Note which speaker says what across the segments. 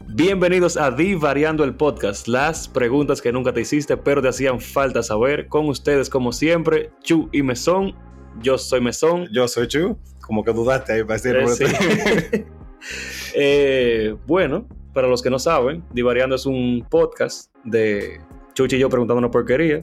Speaker 1: Bienvenidos a Divariando el Podcast, las preguntas que nunca te hiciste pero te hacían falta saber. Con ustedes, como siempre, Chu y Mesón. Yo soy Mesón.
Speaker 2: Yo soy Chu. Como que dudaste ahí para decir.
Speaker 1: Eh, sí. Eh, bueno, para los que no saben, Divariando es un podcast de Chuchi y yo preguntándonos porquería.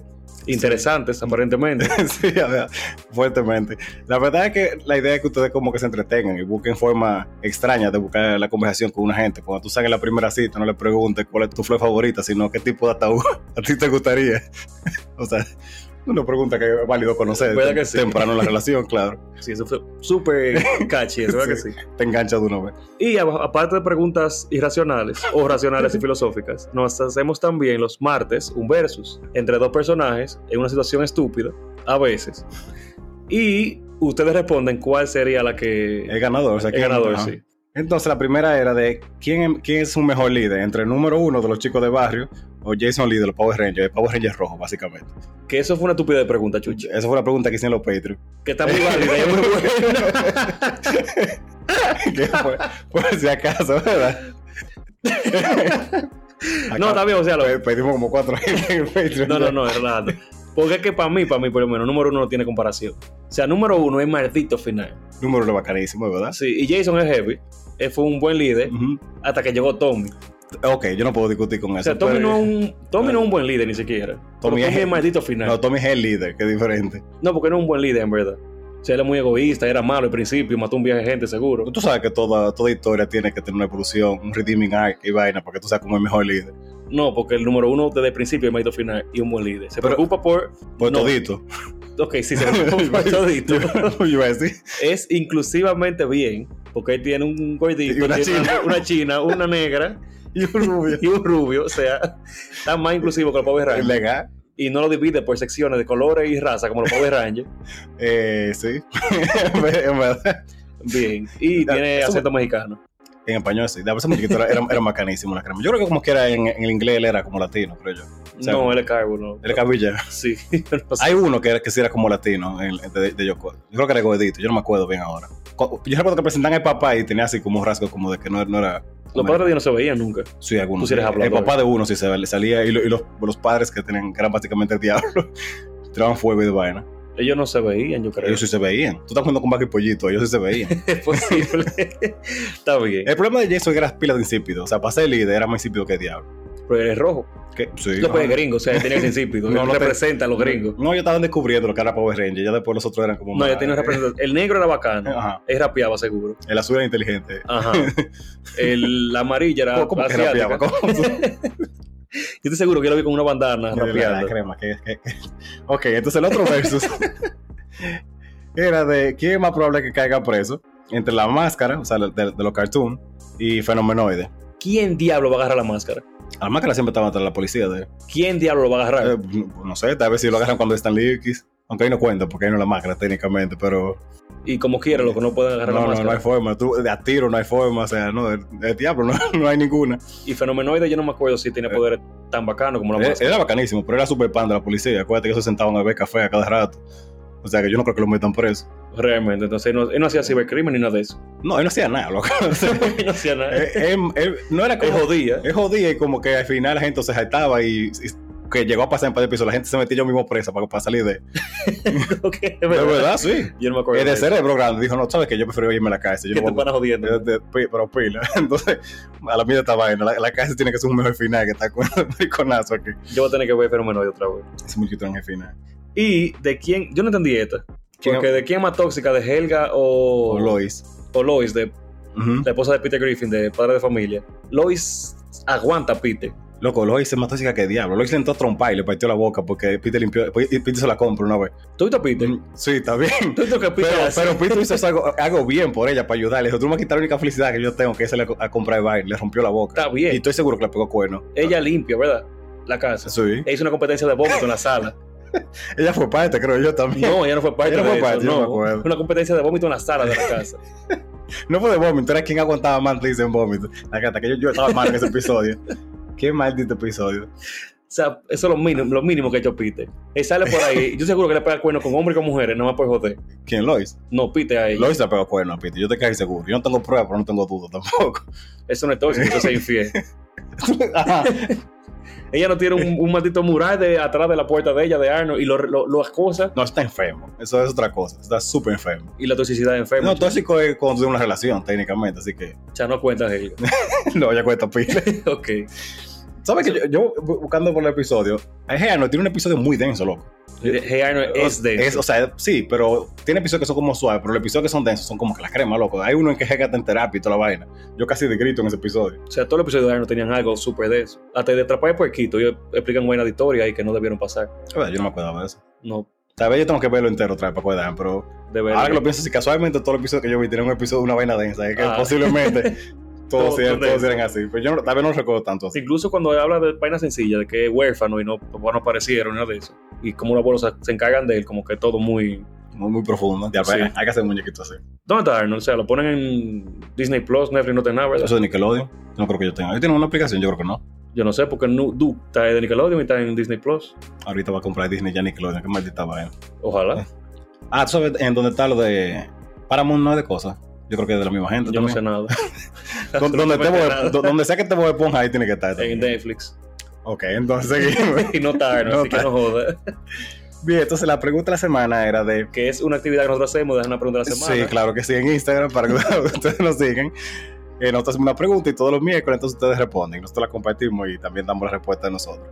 Speaker 1: Interesantes, aparentemente.
Speaker 2: sí, a ver, fuertemente. La verdad es que la idea es que ustedes como que se entretengan y busquen formas extrañas de buscar la conversación con una gente. Cuando tú salgas en la primera cita, no le preguntes cuál es tu flor favorita, sino qué tipo de ataúd a ti te gustaría. o sea, una pregunta que es válido conocer
Speaker 1: ¿Verdad
Speaker 2: tem-
Speaker 1: que sí?
Speaker 2: temprano en la relación, claro.
Speaker 1: Sí, eso fue súper catchy, eso, ¿verdad
Speaker 2: Sí.
Speaker 1: que sí?
Speaker 2: Te engancha de una vez.
Speaker 1: Y a- aparte de preguntas irracionales o racionales y filosóficas, nos hacemos también los martes un versus entre dos personajes en una situación estúpida, a veces. Y ustedes responden cuál sería la que...
Speaker 2: El ganador, o sea,
Speaker 1: el
Speaker 2: ¿quién-
Speaker 1: ganador,
Speaker 2: ajá.
Speaker 1: sí.
Speaker 2: Entonces la primera era de quién, em, quién es un mejor líder, entre el número uno de los chicos de barrio o Jason Lee de los Power Rangers, el Power Rangers rojo, básicamente.
Speaker 1: Que eso fue una estúpida de pregunta, Chuchi.
Speaker 2: Esa fue la pregunta que hicieron los Patreon.
Speaker 1: Que está muy válida y es muy buena.
Speaker 2: Que fue- por si acaso, ¿verdad?
Speaker 1: No, está bien, o sea, lo-
Speaker 2: Pe- Pedimos como cuatro en el Patreon.
Speaker 1: No, no, no, es relajando. Porque es que para mí, para mí por lo menos, número uno no tiene comparación. O sea, número uno es maldito final.
Speaker 2: Número uno bacanísimo, ¿verdad?
Speaker 1: Sí, y Jason es heavy. Él fue un buen líder
Speaker 2: Ujú.
Speaker 1: hasta que llegó Tommy.
Speaker 2: Ok, yo no puedo discutir con eso.
Speaker 1: O sea, Tommy,
Speaker 2: pero-
Speaker 1: no, es un, Tommy no es un buen líder ni siquiera. Pero Tommy,
Speaker 2: es
Speaker 1: es
Speaker 2: heavy.
Speaker 1: maldito final.
Speaker 2: No,
Speaker 1: No,
Speaker 2: Tommy es el líder, que es diferente.
Speaker 1: porque no es un buen líder en verdad. O sea, él es muy egoísta, era malo al principio, mató un viaje de gente seguro.
Speaker 2: Tú sabes que toda, toda historia tiene que tener una evolución, un redeeming arc y vaina para que tú seas como el mejor líder.
Speaker 1: No, porque el número uno desde el principio es maldito final y un buen líder. Se
Speaker 2: Pero-
Speaker 1: preocupa por...
Speaker 2: Por
Speaker 1: No.
Speaker 2: todito.
Speaker 1: Ok, sí, se preocupa por todito.
Speaker 2: Yo iba a decir.
Speaker 1: es inclusivamente bien, porque él tiene un gordito,
Speaker 2: Y una
Speaker 1: tiene
Speaker 2: china.
Speaker 1: una china, una negra
Speaker 2: Y un rubio.
Speaker 1: y un rubio, o sea, está más inclusivo que los Power Rangers.
Speaker 2: Legal.
Speaker 1: Y no lo divide por secciones de colores y raza como los Power Rangers.
Speaker 2: Eh, sí. en verdad.
Speaker 1: Bien, y
Speaker 2: Ya,
Speaker 1: tiene
Speaker 2: eso-
Speaker 1: acento mexicano.
Speaker 2: En español sí. De ese muñequito era, era, era bacanísimo la crema. Yo creo que como que era en, en el inglés él era como latino, creo yo. sea,
Speaker 1: No, él es calvo, no.
Speaker 2: El cabilla.
Speaker 1: Sí, no sé.
Speaker 2: Hay uno que, era, que sí era como latino en- de, de Yoko. Yo creo que era gordito, yo no me acuerdo bien ahora. Co- Yo recuerdo que presentan al papá y tenía así como un rasgo como de que no, no era.
Speaker 1: Los padres de ellos no se veían nunca.
Speaker 2: Sí, algunos.
Speaker 1: Tú sí eres
Speaker 2: sí. el
Speaker 1: hablador.
Speaker 2: papá de uno sí se le salía y, lo- y los, los padres que tenían, que eran prácticamente el diablo, tiraban fuego y de vaina.
Speaker 1: Ellos no se veían, yo creo.
Speaker 2: Ellos sí se veían. Tú estás jugando con vaca y pollito, ellos sí se veían.
Speaker 1: Es posible. Está bien.
Speaker 2: El problema de Jason era las pilas de insípido. O sea, para ser líder era más insípido que el diablo.
Speaker 1: Pero él es rojo.
Speaker 2: Que- sí,
Speaker 1: No, pues es
Speaker 2: ajá.
Speaker 1: gringo, o sea, él tenía ese insípido.
Speaker 2: No,
Speaker 1: Él
Speaker 2: no te-
Speaker 1: representa a los gringos.
Speaker 2: No, yo estaban descubriendo lo que era Power Ranger. Ya después los otros eran como.
Speaker 1: No,
Speaker 2: más-
Speaker 1: ya tenía un representante. El negro era bacano.
Speaker 2: Ajá.
Speaker 1: Él rapeaba seguro.
Speaker 2: El azul era inteligente.
Speaker 1: Ajá. El, la amarilla era
Speaker 2: ¿Cómo, cómo que rapeaba?
Speaker 1: asiática. Yo
Speaker 2: ¿Cómo?
Speaker 1: estoy seguro que yo lo vi con una bandana
Speaker 2: la
Speaker 1: rapeando.
Speaker 2: crema. que- que- que- Ok, entonces el otro versus era de quién es más probable que caiga preso entre la máscara, o sea, de, de los cartoons y fenomenoide.
Speaker 1: ¿Quién diablo va a agarrar la máscara?
Speaker 2: A la máscara siempre estaba atrás de la policía. De,
Speaker 1: ¿Quién diablo lo va a
Speaker 2: eh,
Speaker 1: agarrar?
Speaker 2: no, no sé, tal vez si lo agarran cuando están X. Aunque ahí no cuenta, porque ahí no es la máscara técnicamente, pero.
Speaker 1: Y como quiera, loco, no pueden agarrar
Speaker 2: No,
Speaker 1: la
Speaker 2: no,
Speaker 1: máscara.
Speaker 2: no hay forma. Tú, de a tiro no hay forma. O sea, no, de, de diablo no, no hay ninguna.
Speaker 1: Y Fenomenoide, yo no me acuerdo si
Speaker 2: Eh,
Speaker 1: tiene poderes tan bacano como la
Speaker 2: Era,
Speaker 1: máscara.
Speaker 2: Eh, era bacanísimo, pero era súper pan de la policía. Acuérdate que ellos se sentaban a ver café a cada rato. O sea, que yo no creo que lo metan preso.
Speaker 1: Realmente. Entonces, él no, él no hacía cibercrimen ni nada de eso.
Speaker 2: No, él no hacía nada, loco. O sea,
Speaker 1: no hacía nada.
Speaker 2: él, él- él no era
Speaker 1: Él
Speaker 2: como...
Speaker 1: jodía.
Speaker 2: Él jodía y como que al final la gente se saltaba y... y que llegó a pasar en par de pisos, la gente se metía yo mismo presa para, para salir de...
Speaker 1: Ok, es
Speaker 2: De
Speaker 1: verdad.
Speaker 2: verdad, Pues, sí.
Speaker 1: Yo no me acuerdo.
Speaker 2: El
Speaker 1: de
Speaker 2: de
Speaker 1: eso.
Speaker 2: cerebro grande dijo, no, sabes que yo prefiero irme a la cárcel.
Speaker 1: ¿Qué
Speaker 2: Yo
Speaker 1: te
Speaker 2: no voy
Speaker 1: paras jodiendo?
Speaker 2: a- de- de- pi- pero pila. Entonces, a la mierda esta vaina. La, la cárcel tiene que ser un mejor final que está con el mariconazo aquí.
Speaker 1: Yo voy a tener que ver Fenomenoide otra vez.
Speaker 2: Ese muchito en el final.
Speaker 1: Y de quién... Yo no entendí esta.
Speaker 2: ¿Quién-
Speaker 1: Porque de quién es más tóxica, de Helga o...
Speaker 2: O Lois.
Speaker 1: o Lois, de
Speaker 2: Ujú.
Speaker 1: la esposa de Peter Griffin, de padre de familia, Lois aguanta a Peter.
Speaker 2: Loco, Lois es más tóxica que diablo. Lois le entró a trompar y le partió la boca porque Peter limpió. pues, Peter se la compró una vez.
Speaker 1: ¿Tú viste a Peter?
Speaker 2: Sí, está bien.
Speaker 1: ¿Tú viste lo que Peter
Speaker 2: Mm. Pero,
Speaker 1: hace?
Speaker 2: pero Peter hizo eso algo, algo bien por ella para ayudarle. Dijo, tú me vas a quitar la única felicidad que yo tengo, que es irle a co- a comprar el baile. Le rompió la boca.
Speaker 1: Está bien.
Speaker 2: Y estoy seguro que le pegó cuerno.
Speaker 1: Ella limpia, ¿verdad? La casa.
Speaker 2: Sí.
Speaker 1: Ella hizo una competencia de vómito en la sala.
Speaker 2: Ella fue parte, creo yo también. No,
Speaker 1: No, ella no fue parte
Speaker 2: Ella no
Speaker 1: de
Speaker 2: fue parte,
Speaker 1: eso,
Speaker 2: yo
Speaker 1: no.
Speaker 2: me acuerdo.
Speaker 1: Una competencia de vómito en la sala de la casa.
Speaker 2: fue de vómito, era quien aguantaba más Liz en vómito. La gata, que yo, yo estaba mal en ese episodio. Qué maldito episodio.
Speaker 1: O sea, eso es lo mínimo, lo mínimo que ha hecho Peter. Él sale por ahí. Yo seguro que le pega el cuerno con hombres y con mujeres, no más por joder.
Speaker 2: ¿Quién, Lois?
Speaker 1: No, Peter a ella.
Speaker 2: Lois le pegó cuerno a Peter. Yo te casi seguro. Yo no tengo pruebas, pero no tengo dudas tampoco.
Speaker 1: Eso no es tóxico, eso es infiel.
Speaker 2: Ajá.
Speaker 1: Ella no tiene un, un maldito mural de atrás de la puerta de ella, de Arnold, y lo, lo, lo acosa
Speaker 2: No, está enfermo. Eso es otra cosa. Está súper enfermo.
Speaker 1: y la toxicidad enferma.
Speaker 2: No, tóxico es cuando tiene una relación, técnicamente, así que
Speaker 1: Ya no cuentas, Helga.
Speaker 2: no, ya cuesta pila.
Speaker 1: ok.
Speaker 2: ¿Sabes que yo, yo bu- buscando por el episodio, Hey Arnold tiene un episodio muy denso, loco.
Speaker 1: Hey Arnold es de.
Speaker 2: o sea, sí, pero tiene episodios que son como suaves, pero los episodios que son densos son como que las cremas, loco. Hay uno en que Hega está en terapia y toda la vaina. Yo casi de grito en ese episodio.
Speaker 1: O sea, todos los episodios de Arnold tenían algo súper de eso. Hasta de atrapar el puerquito, ellos explican buena historia y que no debieron pasar.
Speaker 2: La verdad, yo no me acordaba de eso.
Speaker 1: No,
Speaker 2: Tal vez yo tengo que verlo entero otra vez para acordarme, pero
Speaker 1: de verdad.
Speaker 2: ahora que lo pienso, si casualmente todos los episodios que yo vi tienen un episodio de una vaina densa, es que
Speaker 1: Ah.
Speaker 2: posiblemente todos,
Speaker 1: Todos
Speaker 2: eran
Speaker 1: son densos.
Speaker 2: así. Pero yo no- tal vez no lo recuerdo tanto así.
Speaker 1: Incluso cuando habla de vaina sencilla, de que es huérfano y no, papá no aparecieron, nada de eso. Y como los abuelos se- se encargan de él, como que todo muy.
Speaker 2: Muy, muy profundo. Ya, pues,
Speaker 1: Sí.
Speaker 2: Hay que hacer muñequitos así.
Speaker 1: ¿Dónde está Arnold? O sea, lo ponen en Disney Plus, Netflix, no te nada, ¿verdad?
Speaker 2: Eso de Nickelodeon, no creo que yo tenga. Yo tengo una aplicación, yo creo que no.
Speaker 1: Yo no sé, porque no, Du está de Nickelodeon y está en Disney Plus.
Speaker 2: Ahorita va a comprar Disney ya Nickelodeon, qué maldita vaina.
Speaker 1: Ojalá.
Speaker 2: Ah, ¿tú sabes en dónde está lo de Paramount? No es de cosas. Yo creo que es de la misma gente.
Speaker 1: Yo no sé
Speaker 2: también.
Speaker 1: nada.
Speaker 2: Don- donde, te
Speaker 1: Absolutamente
Speaker 2: voy-
Speaker 1: nada.
Speaker 2: do- donde sea que te voy a poner, ahí tiene que estar.
Speaker 1: En
Speaker 2: también.
Speaker 1: Netflix.
Speaker 2: Ok, entonces seguimos.
Speaker 1: Y no está Arnold,
Speaker 2: No
Speaker 1: así que
Speaker 2: está.
Speaker 1: no joda.
Speaker 2: Bien, entonces la pregunta de la semana era de.
Speaker 1: Que es una actividad que nosotros hacemos, dejar una pregunta a la semana.
Speaker 2: Sí, claro que sí, en Instagram para que ustedes nos sigan. Eh, nosotros hacemos una pregunta y todos los miércoles entonces ustedes responden. Nosotros la compartimos y también damos la respuesta de nosotros.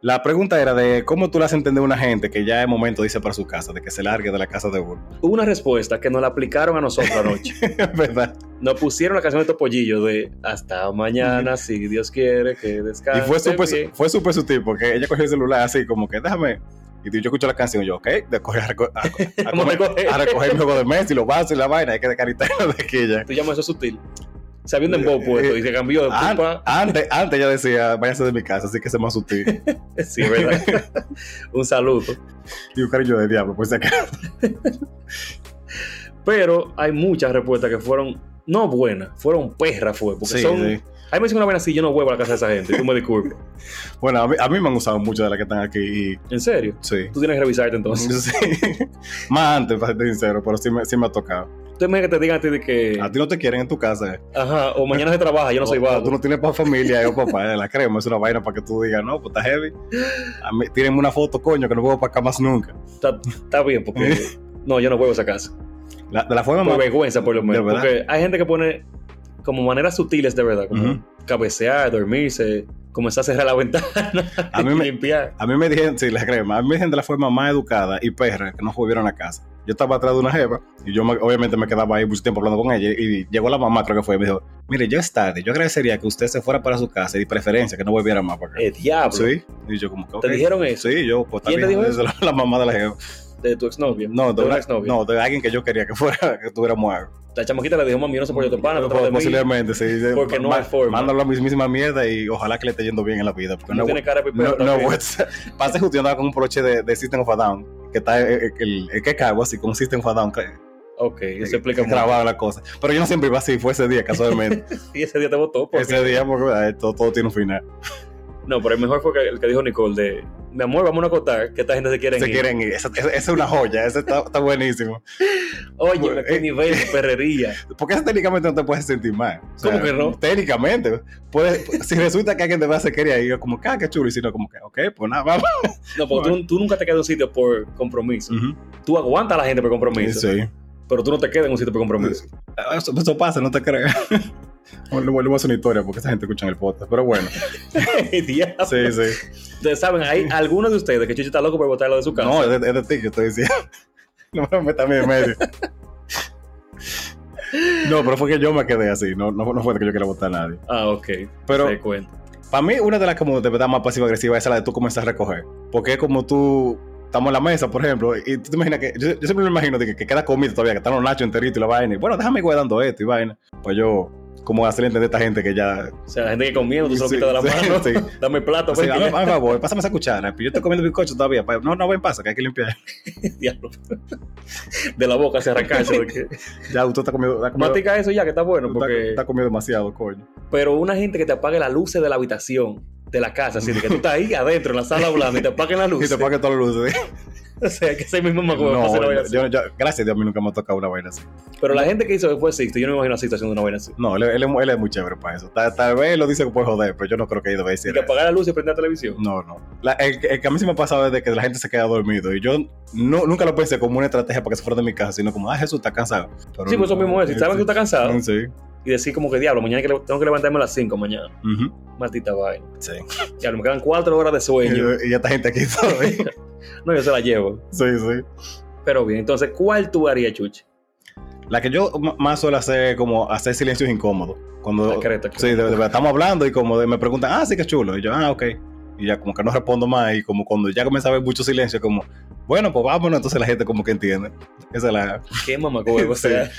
Speaker 2: La pregunta era de cómo tú le haces entender a una gente que ya es momento, dice, para su casa, de que se largue de la casa de uno.
Speaker 1: Hubo una respuesta que nos la aplicaron a nosotros anoche.
Speaker 2: ¿Verdad?
Speaker 1: Nos pusieron la canción de Topollillo de Hasta mañana, si Dios quiere, que descanse.
Speaker 2: Y fue pues, súper
Speaker 1: bien".
Speaker 2: fue súper sutil porque ella cogió el celular así como que déjame. Y yo escucho la canción y yo, ok, de coger a, reco- a, a,
Speaker 1: Vamos a
Speaker 2: comer-
Speaker 1: recoger.
Speaker 2: a recoger mi juego de Messi, los vasos y la vaina, hay que descaritarlo de aquí ya.
Speaker 1: Tú llamas eso sutil. Se había un
Speaker 2: Eh,
Speaker 1: dembow puesto y se cambió de
Speaker 2: An-
Speaker 1: culpa.
Speaker 2: antes, antes ella decía, váyase de mi casa, así que se más sutil.
Speaker 1: Sí, ¿verdad? un saludo.
Speaker 2: Y un cariño de diablo, pues acá.
Speaker 1: Pero hay muchas respuestas que fueron no buenas, fueron perras, fue. Porque son. Ahí me dicen una vaina así, yo no vuelvo a la casa de esa gente, tú me disculpas.
Speaker 2: Bueno, a mí, a mí me han usado muchas de las que están aquí y
Speaker 1: ¿En serio?
Speaker 2: sí.
Speaker 1: Tú tienes que revisarte entonces.
Speaker 2: Sí. Más antes, para ser sincero, pero sí me, sí me ha tocado.
Speaker 1: Tú me que te digan a ti de que.
Speaker 2: A ti no te quieren en tu casa. eh.
Speaker 1: Ajá, o mañana se trabaja, yo no soy
Speaker 2: Ah, O- o Tú
Speaker 1: vago.
Speaker 2: no tienes para familia, yo papá, eh, la crema, es una vaina para que tú digas, no, pues está heavy. A mí, tírenme una foto, coño, que no puedo para acá más nunca.
Speaker 1: Está, está bien, porque. No, yo no vuelvo a esa casa.
Speaker 2: La- de la forma
Speaker 1: Por
Speaker 2: más.
Speaker 1: vergüenza, por lo menos.
Speaker 2: De verdad.
Speaker 1: Porque hay gente que pone como maneras sutiles de verdad, como
Speaker 2: Ujú.
Speaker 1: cabecear, dormirse, comenzar a cerrar la ventana,
Speaker 2: A mí me-
Speaker 1: limpiar.
Speaker 2: A mí me dijeron, sí, la crema, a mí me dijeron de la forma más educada y perra que nos volvieron a casa. Yo estaba atrás de una jeva y yo me- obviamente me quedaba ahí mucho tiempo hablando con ella y llegó la mamá, creo que fue, y me dijo, mire, ya es tarde, yo agradecería que usted se fuera para su casa y de preferencia que no volviera más para acá.
Speaker 1: Eh, diablo.
Speaker 2: sí, y yo como que...
Speaker 1: ¿Te
Speaker 2: "Ok".
Speaker 1: dijeron eso
Speaker 2: Sí, yo, pues
Speaker 1: ¿Quién te
Speaker 2: también,
Speaker 1: dijo
Speaker 2: eso es la, la mamá de la jeva.
Speaker 1: de tu exnovio?
Speaker 2: No, de,
Speaker 1: de
Speaker 2: una-
Speaker 1: una exnovia.
Speaker 2: no, de alguien que yo quería que fuera, que tuviéramos algo.
Speaker 1: La chamaquita le dijo, mami, yo no sé por qué te pana, no te
Speaker 2: Pues,
Speaker 1: acuerdas de mí.
Speaker 2: Posiblemente, sí. sí.
Speaker 1: Porque no
Speaker 2: Ma-
Speaker 1: hay forma.
Speaker 2: Mándalo la mismísima mierda y ojalá que le esté yendo bien en la vida. Porque
Speaker 1: No,
Speaker 2: no,
Speaker 1: tiene cara de
Speaker 2: No,
Speaker 1: pipero.
Speaker 2: no,
Speaker 1: también.
Speaker 2: what's Pasa que yo andaba con un broche de, de System of a Down. Que está eh, eh, el, el que cago así, con System of a Down. que-
Speaker 1: Ok, eso
Speaker 2: eh,
Speaker 1: explica mucho.
Speaker 2: grabado la cosa. Pero yo no siempre iba así, fue ese día, casualmente.
Speaker 1: Y ese día te votó. Porque...
Speaker 2: ese día, porque ay, todo, todo tiene un final.
Speaker 1: No, pero el mejor fue que- el que dijo Nicole de, mi amor, vamos a acotar, que esta gente se quiere
Speaker 2: Se
Speaker 1: ir.
Speaker 2: quieren ir. Esa, esa- esa es una joya, ese está, está buenísimo.
Speaker 1: Oye, qué
Speaker 2: Eh.
Speaker 1: nivel de perrería.
Speaker 2: Porque eso técnicamente no te puedes sentir mal. O
Speaker 1: ¿Cómo que no?
Speaker 2: Técnicamente. Puedes, si resulta que alguien de base quería ir, yo como, que, ah, qué chulo. Y si no, como que, ok, pues nada, vamos.
Speaker 1: No, porque tú, tú nunca te quedas en un sitio por compromiso. Tú aguantas a la gente por compromiso,
Speaker 2: Mm. Sí.
Speaker 1: pero tú no te quedas en un sitio por compromiso.
Speaker 2: Ah, Eso, eso pasa, no te creas. Bueno, Volvemos a hacer una historia porque esa gente escucha en el podcast. Pero bueno,
Speaker 1: Diablo.
Speaker 2: sí, sí.
Speaker 1: Ustedes saben, hay algunos de ustedes que Chuchi está loco por botarlo de su casa.
Speaker 2: No, es de, es de ti que estoy diciendo. No me metas a mí en medio. No, pero fue que yo me quedé así. No, no, no fue que yo quería votar a nadie.
Speaker 1: Ah, ok.
Speaker 2: Pero
Speaker 1: Se cuenta.
Speaker 2: para mí, una de las como de verdad más pasivo-agresiva es la de tú comenzar a recoger. Porque es como tú. Estamos en la mesa, por ejemplo, y tú te imaginas que. Yo, yo siempre me imagino de que, que queda comida todavía, que están los nachos enteritos y la vaina. Y bueno, déjame ir guardando esto y vaina. Pues yo, como hacerle entender a esta gente que ya.
Speaker 1: O sea, la gente que comiendo, tú se lo
Speaker 2: Sí,
Speaker 1: quitas de la
Speaker 2: sí,
Speaker 1: mano.
Speaker 2: sí.
Speaker 1: Dame el plato, pues,
Speaker 2: O sea,
Speaker 1: ven,
Speaker 2: hazme- hazme favor, pásame esa cuchara. Yo estoy comiendo bizcocho todavía. pa- No, no, ven, pasa, que hay que limpiar.
Speaker 1: diablo. De la boca se arrancarse. porque-
Speaker 2: Ya, usted está comiendo. Está comiendo,
Speaker 1: Matica eso ya, que está bueno.
Speaker 2: está-
Speaker 1: Porque...
Speaker 2: está comiendo demasiado, coño.
Speaker 1: Pero una gente que te apague las luces de la habitación, de la casa, así de que tú estás ahí adentro en la sala hablando y te apaguen las
Speaker 2: Y
Speaker 1: luces.
Speaker 2: te pague todas las luces. ¿eh?
Speaker 1: O sea, que ese mismo mago
Speaker 2: No,
Speaker 1: hace una vaina así.
Speaker 2: yo- yo- gracias a Dios, a mí nunca me ha tocado una vaina así.
Speaker 1: Pero la gente que hizo que fue Sixto, yo no me imagino a Sixto haciendo una vaina así.
Speaker 2: No, él, él es mu- él es muy chévere para eso. Tal, tal vez lo dice que puede joder, pero yo no creo que él a
Speaker 1: Y
Speaker 2: decir
Speaker 1: que
Speaker 2: eso.
Speaker 1: apagar la luz y prender la televisión.
Speaker 2: No, no. La- el, que- el que a mí se me ha pasado es de que la gente se queda dormido. Y yo no, nunca lo pensé como una estrategia para que se fuera de mi casa, sino como, ah, Jesús está cansado. Pero
Speaker 1: Sí, pues eso
Speaker 2: no,
Speaker 1: mismo es. Si
Speaker 2: eh,
Speaker 1: saben que
Speaker 2: sí.
Speaker 1: tú estás cansado
Speaker 2: Sí.
Speaker 1: y decir como que diablo, mañana que le- tengo que levantarme a las 5 mañana.
Speaker 2: Ujú.
Speaker 1: Maldita vaina.
Speaker 2: Sí.
Speaker 1: Diablo, me quedan 4 horas de sueño.
Speaker 2: Y, y esta gente aquí todavía.
Speaker 1: No, yo se la llevo.
Speaker 2: sí, sí.
Speaker 1: Pero bien, entonces, ¿cuál tú harías, Chuchi?
Speaker 2: La que yo m- más suelo hacer es como hacer silencios incómodos. Cuando
Speaker 1: La creta, que-
Speaker 2: Oh, sí, de- de verdad, estamos hablando y como de- me preguntan, ah, sí, qué chulo. Y yo, ah, ok. Y ya como que no respondo más y como cuando ya comienza a haber mucho silencio, como, bueno, pues vámonos, entonces la gente como que entiende. Esa es la...
Speaker 1: Qué mamacuevo, o
Speaker 2: Sí.
Speaker 1: sea,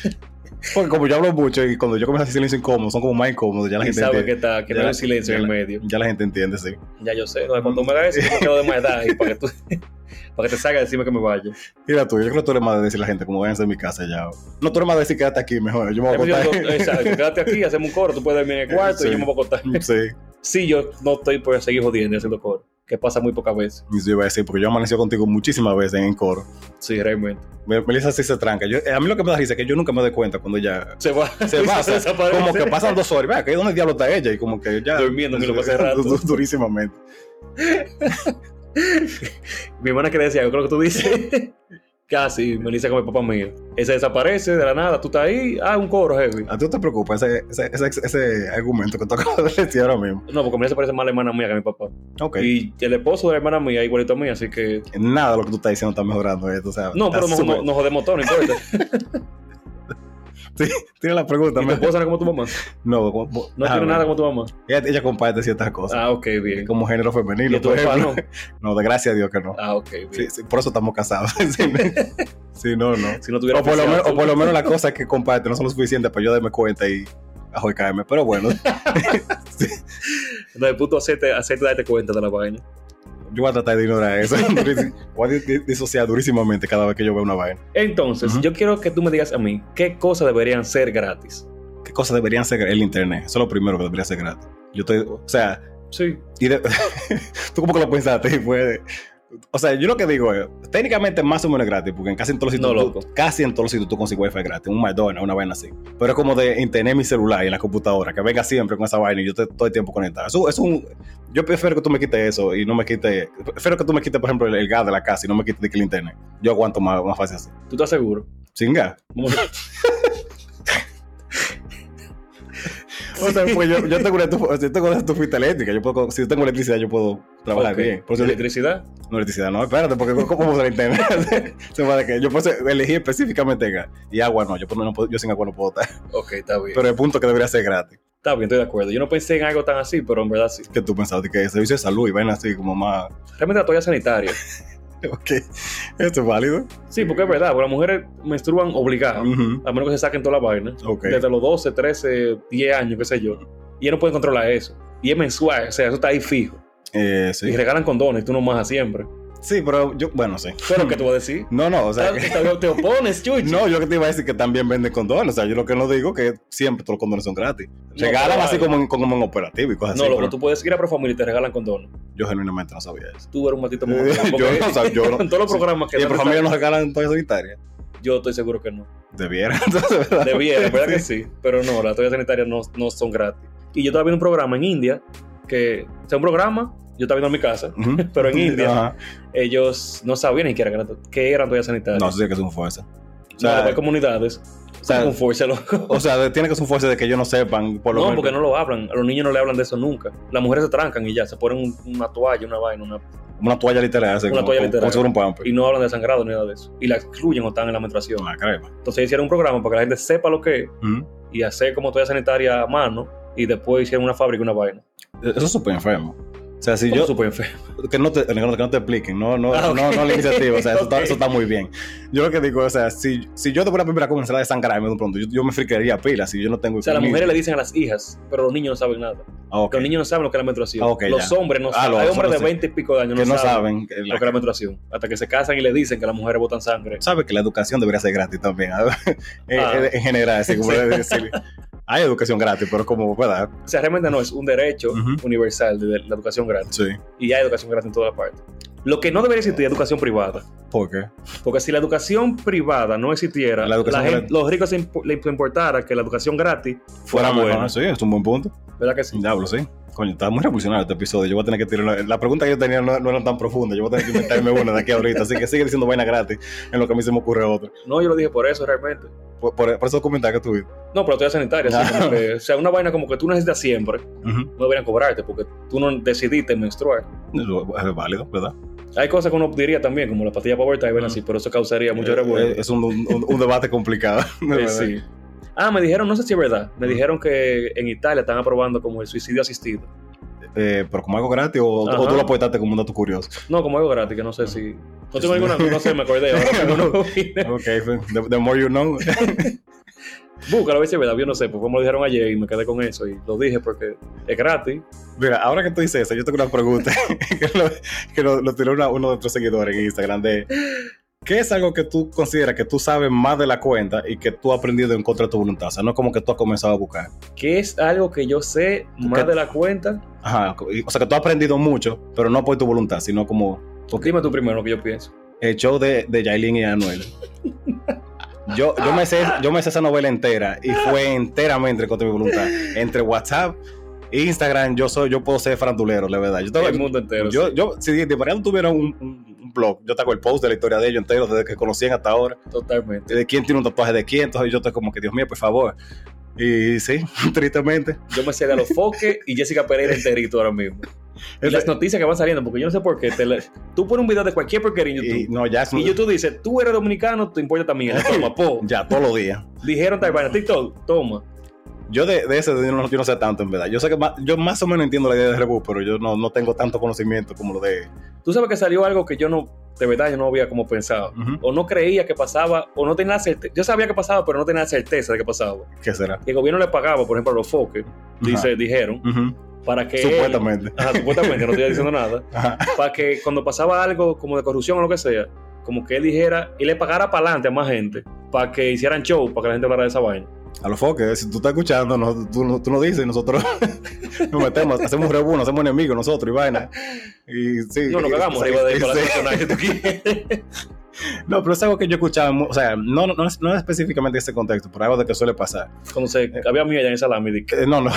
Speaker 2: Porque como yo hablo mucho y cuando yo comienzo a hacer silencio incómodo, son como más incómodos, ya la
Speaker 1: y
Speaker 2: gente
Speaker 1: sabe que,
Speaker 2: entiende.
Speaker 1: está, que
Speaker 2: Ya
Speaker 1: no hay
Speaker 2: la-
Speaker 1: un silencio
Speaker 2: ya
Speaker 1: en el
Speaker 2: la-
Speaker 1: medio.
Speaker 2: Ya la gente entiende, sí.
Speaker 1: Ya yo sé. No, cuando tú me hagas eso, yo me quedo de más edad y para que tú... Para que te salga a decirme que me vaya.
Speaker 2: Y la tuya, yo creo que tú eres más de decir a la gente, como váyanse de mi casa ya. No, tú eres más de decir, quédate aquí mejor. Yo me
Speaker 1: Hemos
Speaker 2: voy a
Speaker 1: ido- Exacto, quédate aquí, hacemos un coro, tú puedes dormir en el cuarto
Speaker 2: Sí.
Speaker 1: y yo me voy a contar.
Speaker 2: contar. sí.
Speaker 1: Sí, yo no estoy por seguir jodiendo y haciendo coro, que pasa muy pocas veces.
Speaker 2: Y yo iba a decir, porque yo amaneció contigo muchísimas veces en coro.
Speaker 1: Sí, realmente.
Speaker 2: Me- Melissa sí se tranca. Yo, eh, a mí lo que me da risa es que yo nunca me doy cuenta cuando ya
Speaker 1: Se va.
Speaker 2: se va. o sea,
Speaker 1: desaparece.
Speaker 2: como que pasan dos horas. Vea, que ¿dónde diablo está ella? Y como que ya.
Speaker 1: Durmiendo, que lo pasé rato.
Speaker 2: Du- Durísimamente.
Speaker 1: Mi hermana que decía, yo creo que tú dices. ah, Casi, me dice con mi papá mío. Ese desaparece de la nada, tú estás ahí, ah, un coro heavy.
Speaker 2: ¿A ti no te preocupa ese, ese, ese, ese argumento que tú acabas de decir ahora mismo?
Speaker 1: No, porque a mí se parece más a la hermana mía que a mi papá.
Speaker 2: Ok.
Speaker 1: Y el esposo de la hermana mía, igualito a mí, así que.
Speaker 2: Nada de lo que tú estás diciendo está mejorando esto. O sea,
Speaker 1: No,
Speaker 2: Ah, está
Speaker 1: pero nos,
Speaker 2: súper-
Speaker 1: nos- nos jodemos todo, no importa.
Speaker 2: Tira la pregunta.
Speaker 1: ¿Y tu
Speaker 2: me-
Speaker 1: esposa no es como tu mamá?
Speaker 2: No, como-
Speaker 1: Este, No
Speaker 2: ah,
Speaker 1: tiene nada como tu mamá.
Speaker 2: Ella, ella comparte ciertas cosas.
Speaker 1: Ah, ok, bien.
Speaker 2: Como género
Speaker 1: ¿Y
Speaker 2: femenino,
Speaker 1: tu
Speaker 2: por
Speaker 1: papá
Speaker 2: ejemplo.
Speaker 1: no?
Speaker 2: No, de gracias a Dios que no.
Speaker 1: Ah, ok, bien.
Speaker 2: Sí, sí, por eso estamos casados. Sí, me- sí, no, no.
Speaker 1: Si no tuviera
Speaker 2: O por, lo
Speaker 1: oficial,
Speaker 2: menos,
Speaker 1: tú-
Speaker 2: o por lo menos las cosas que comparte no son lo suficiente para yo darme cuenta y ajoicarme. Pero bueno,
Speaker 1: Desde el punto hacerte, hacerte darte cuenta de la vaina.
Speaker 2: yo voy a tratar de ignorar eso. Voy a di- di- disociar durísimamente cada vez que yo veo una vaina.
Speaker 1: Entonces,
Speaker 2: Ujú.
Speaker 1: yo quiero que tú me digas a mí qué cosas deberían ser gratis.
Speaker 2: ¿Qué cosas deberían ser el internet? Eso es lo primero que debería ser gratis. Yo estoy, o sea,
Speaker 1: Sí.
Speaker 2: y de- tú como que lo pensaste y fue- O sea, yo lo que digo es, técnicamente más o menos gratis, porque en casi en todos los sitios,
Speaker 1: No,
Speaker 2: tú-
Speaker 1: loco.
Speaker 2: casi en todos los sitios tú consigues wifi gratis, un McDonald's, una vaina así. Pero es como de internet en mi celular y en la computadora, que venga siempre con esa vaina y yo te, todo el tiempo conectado. Eso, eso es un, yo prefiero que tú me quites eso y no me quites, prefiero que tú me quites, por ejemplo, el, el gas de la casa y no me quites de que el internet. Yo aguanto más, más fácil así.
Speaker 1: ¿Tú estás seguro?
Speaker 2: Sin gas.
Speaker 1: Vamos a-
Speaker 2: O sea, pues yo, yo tengo una estufa, yo tengo una estufa eléctrica, yo puedo, si yo tengo electricidad yo puedo trabajar
Speaker 1: Ok.
Speaker 2: bien. Por eso yo-
Speaker 1: ¿Electricidad?
Speaker 2: No, electricidad, no, espérate, porque ¿cómo- ¿cómo se la internet? se va de que yo pues, elegí específicamente gas. Y agua no, yo, por lo menos no puedo- yo sin agua no puedo estar.
Speaker 1: Ok, está bien.
Speaker 2: Pero el punto es que debería ser gratis.
Speaker 1: Está bien, estoy de acuerdo. Yo no pensé en algo tan así, pero en verdad sí.
Speaker 2: Que tú pensabas que el servicio de salud y vaina así como más.
Speaker 1: Realmente la toalla sanitaria.
Speaker 2: Ok, esto es válido.
Speaker 1: Sí, porque es verdad, porque las mujeres menstruan obligadas,
Speaker 2: Ujú,
Speaker 1: a menos que se saquen toda la vaina,
Speaker 2: Ok.
Speaker 1: desde los 12, 13, 10 años, qué sé yo. Y ellas no pueden controlar eso. Y es mensual, o sea, eso está ahí fijo.
Speaker 2: Eh,
Speaker 1: Y
Speaker 2: sí.
Speaker 1: regalan condones, tú no más siempre.
Speaker 2: sí, pero yo, bueno, sí.
Speaker 1: Pero, ¿qué tú vas a decir?
Speaker 2: No, no, o sea. que-
Speaker 1: Te- te opones, Chuchi.
Speaker 2: No, yo que te iba a decir que también venden condones. O sea, yo lo que no digo es que siempre todos los condones son gratis. Regalan
Speaker 1: pero
Speaker 2: así
Speaker 1: hay.
Speaker 2: como en, como en operativo y cosas
Speaker 1: No,
Speaker 2: así.
Speaker 1: loco,
Speaker 2: pero
Speaker 1: tú puedes ir a Profamilia y te regalan condones.
Speaker 2: Yo genuinamente no sabía eso.
Speaker 1: Tú eres un maldito
Speaker 2: Eh,
Speaker 1: mojón.
Speaker 2: yo
Speaker 1: porque
Speaker 2: no sab- yo no-
Speaker 1: Con todos los
Speaker 2: sí.
Speaker 1: programas que
Speaker 2: Y
Speaker 1: dan
Speaker 2: por
Speaker 1: esa-
Speaker 2: familia nos regalan toallas sanitarias.
Speaker 1: yo estoy seguro que no.
Speaker 2: Debiera, entonces, ¿verdad?
Speaker 1: Debiera, ¿verdad que sí? Pero no, las toallas sanitarias no, no son gratis. Y yo estaba viendo un programa en India que, o sea, un programa, yo estaba viendo en mi casa,
Speaker 2: Ujú.
Speaker 1: Pero en India.
Speaker 2: Ajá.
Speaker 1: ellos no sabían ni qué eran, qué eran toallas sanitarias.
Speaker 2: No,
Speaker 1: No,
Speaker 2: eso sí que es un fuerza. O
Speaker 1: no,
Speaker 2: sea,
Speaker 1: hay comunidades. O
Speaker 2: sea,
Speaker 1: sea, con fuerza, loco.
Speaker 2: o sea, de- tiene que ser un fuerza de que ellos no sepan, por lo
Speaker 1: no,
Speaker 2: menos.
Speaker 1: porque no lo hablan. A los niños no le hablan de eso nunca. Las mujeres se trancan y ya, se ponen un- una toalla, una vaina, una
Speaker 2: Una toalla literal, así,
Speaker 1: Una
Speaker 2: como-
Speaker 1: toalla
Speaker 2: como-
Speaker 1: literal.
Speaker 2: como si fuera un pamper.
Speaker 1: y no hablan de sangrado ni nada de eso. Y la excluyen o están en la menstruación.
Speaker 2: Una crema.
Speaker 1: Entonces hicieron un programa para que la gente sepa lo que es
Speaker 2: Ujú.
Speaker 1: y hacer como toalla sanitaria a mano y después hicieron una fábrica y una vaina.
Speaker 2: Eso es súper enfermo. O sea, si
Speaker 1: Como
Speaker 2: yo.
Speaker 1: súper enfermo.
Speaker 2: Que no, te, que no que no te expliquen, no, no,
Speaker 1: Ah, ok.
Speaker 2: no, no la iniciativa, o sea, eso, está,
Speaker 1: Ok.
Speaker 2: eso está muy bien. Yo lo que digo, o sea, si, si yo tuviera primera comenzar a desangrarme de pronto, yo, yo me friquearía pila si yo no tengo.
Speaker 1: O sea, las
Speaker 2: ni-
Speaker 1: mujeres le dicen a las hijas, pero los niños no saben nada.
Speaker 2: Ah, ok.
Speaker 1: Los niños no saben lo que es la menstruación.
Speaker 2: Ah, ok,
Speaker 1: los
Speaker 2: ya.
Speaker 1: hombres no
Speaker 2: Ah,
Speaker 1: saben.
Speaker 2: los
Speaker 1: Hay hombres de
Speaker 2: hombres
Speaker 1: 20 y pico de años
Speaker 2: que no saben. que
Speaker 1: lo
Speaker 2: la-
Speaker 1: que es la menstruación. Hasta que se casan y le dicen que las mujeres botan sangre.
Speaker 2: sabe que la educación debería ser gratis también. ¿verdad? Eh,
Speaker 1: Ah.
Speaker 2: eh, en general, así como
Speaker 1: Sí.
Speaker 2: decir, hay educación gratis, pero como, ¿verdad?
Speaker 1: O sea, realmente no es un derecho
Speaker 2: Ujú.
Speaker 1: universal de la educación gratis.
Speaker 2: Sí.
Speaker 1: Y hay educación gratis en toda la parte. Lo que no debería existir es educación privada.
Speaker 2: ¿Por qué?
Speaker 1: Porque si la educación privada no existiera,
Speaker 2: La educación
Speaker 1: la gente-
Speaker 2: gra-
Speaker 1: los ricos se impo- le importara que la educación gratis fuera
Speaker 2: Fuera
Speaker 1: buena.
Speaker 2: mejor, sí, es un buen punto.
Speaker 1: ¿Verdad que Ah, sí?
Speaker 2: Diablo, sí. Coño, está muy revolucionario este episodio. Yo voy a tener que tirar. una- La pregunta que yo tenía no, no eran tan profundas. Yo voy a tener que inventarme una de aquí ahorita. Así que sigue diciendo vaina gratis en lo que a mí se me ocurre otra.
Speaker 1: No, yo lo dije por eso realmente.
Speaker 2: Por, por, por esos comentarios que tuviste.
Speaker 1: No, pero estoy sanitaria. así
Speaker 2: Ah.
Speaker 1: como que- o sea, una vaina como que tú necesitas siempre,
Speaker 2: Ujú.
Speaker 1: no deberían cobrarte porque tú no decidiste menstruar.
Speaker 2: Eso Es válido, ¿verdad?
Speaker 1: Hay cosas que uno diría también, como la pastilla para y ven
Speaker 2: Mm.
Speaker 1: así, pero eso causaría mucho
Speaker 2: Eh,
Speaker 1: revuelo.
Speaker 2: eh, Es un, un- un debate complicado. de
Speaker 1: Eh,
Speaker 2: verdad.
Speaker 1: sí. Ah, me dijeron, no sé si es verdad, me dijeron que en Italia están aprobando como el suicidio asistido.
Speaker 2: Eh, pero como algo gratis o, o
Speaker 1: Ajá.
Speaker 2: tú lo aportaste como un dato curioso.
Speaker 1: No, como algo gratis, que no sé si... No tengo ninguna, no sé, me acordé ahora. pero no lo vi.
Speaker 2: Ok, the, the more you know.
Speaker 1: Búscalo, a ver si es verdad, yo no sé, pues me lo dijeron ayer y me quedé con eso y lo dije porque es gratis.
Speaker 2: Mira, ahora que tú dices eso, yo tengo una pregunta que lo, que lo- lo tiró una- uno de nuestros seguidores en Instagram de ¿qué es algo que tú consideras que tú sabes más de la cuenta y que tú has aprendido en contra de tu voluntad? O sea, no como que tú has comenzado a buscar.
Speaker 1: Que es algo que yo sé más
Speaker 2: ¿Qué?
Speaker 1: de la cuenta.
Speaker 2: Ajá, y- o sea, que tú has aprendido mucho, pero no por tu voluntad, sino como porque
Speaker 1: Dime tú primero lo que yo pienso.
Speaker 2: el show de, de Yailin y Anuel. Yo, yo, me sé, yo me sé esa novela entera y fue enteramente contra mi voluntad. Entre WhatsApp, Instagram, yo soy, yo puedo ser frandulero, la verdad. Yo tengo-
Speaker 1: el mundo entero.
Speaker 2: Eh, Yo,
Speaker 1: sí,
Speaker 2: yo, si de Mariano tuviera un, un- un blog, yo te hago el post de la historia de ellos entero, desde que conocían hasta ahora,
Speaker 1: totalmente.
Speaker 2: de quién tiene un tatuaje de quién, entonces yo estoy como que, Dios mío, por favor. Y sí, tristemente.
Speaker 1: Yo me sé de los foques y Jessica Pereira enterito ahora mismo. Y las noticias que van saliendo, porque yo no sé por qué. te la- Tú pones un video de cualquier porquería en
Speaker 2: Y
Speaker 1: YouTube.
Speaker 2: no, ya es
Speaker 1: Y, YouTube dice, tú eres dominicano, te importa también. Toma, po.
Speaker 2: ya todos los días.
Speaker 1: Dijeron tal vaina, TikTok, toma.
Speaker 2: Yo de, de ese yo no, yo no sé tanto, en verdad. Yo sé que más, yo más o menos entiendo la idea de Reboot, pero yo no, no tengo tanto conocimiento como lo de.
Speaker 1: Tú sabes que salió algo que yo no, de verdad, yo no había como pensado.
Speaker 2: Ujú.
Speaker 1: O no creía que pasaba, o no tenía la certeza. Yo sabía que pasaba, pero no tenía la certeza de que pasaba.
Speaker 2: ¿Qué será?
Speaker 1: Que el gobierno le pagaba, por ejemplo, a los foques, dice, dijeron,
Speaker 2: Ajá. Ujú.
Speaker 1: para que. él-
Speaker 2: Supuestamente.
Speaker 1: Ajá, supuestamente, no estoy diciendo nada.
Speaker 2: Ajá.
Speaker 1: para que cuando pasaba algo como de corrupción o lo que sea, como que él dijera y le pagara para adelante a más gente, para que hicieran show, para que la gente hablara de esa vaina.
Speaker 2: A los foques, si tú estás escuchando, no, tú, no- tú nos dices y nosotros nos metemos, hacemos un rebu, nos hacemos enemigos nosotros y vaina. Y sí.
Speaker 1: No, nos
Speaker 2: y-
Speaker 1: cagamos
Speaker 2: y-
Speaker 1: arriba de
Speaker 2: y-
Speaker 1: ahí para
Speaker 2: sí.
Speaker 1: la persona que tú quieres.
Speaker 2: No, pero es algo que yo escuchaba, mu- o sea, no, no, no es- no específicamente ese contexto, pero algo de que suele pasar.
Speaker 1: Cuando se había mía allá en esa lámina.
Speaker 2: Que- no, no,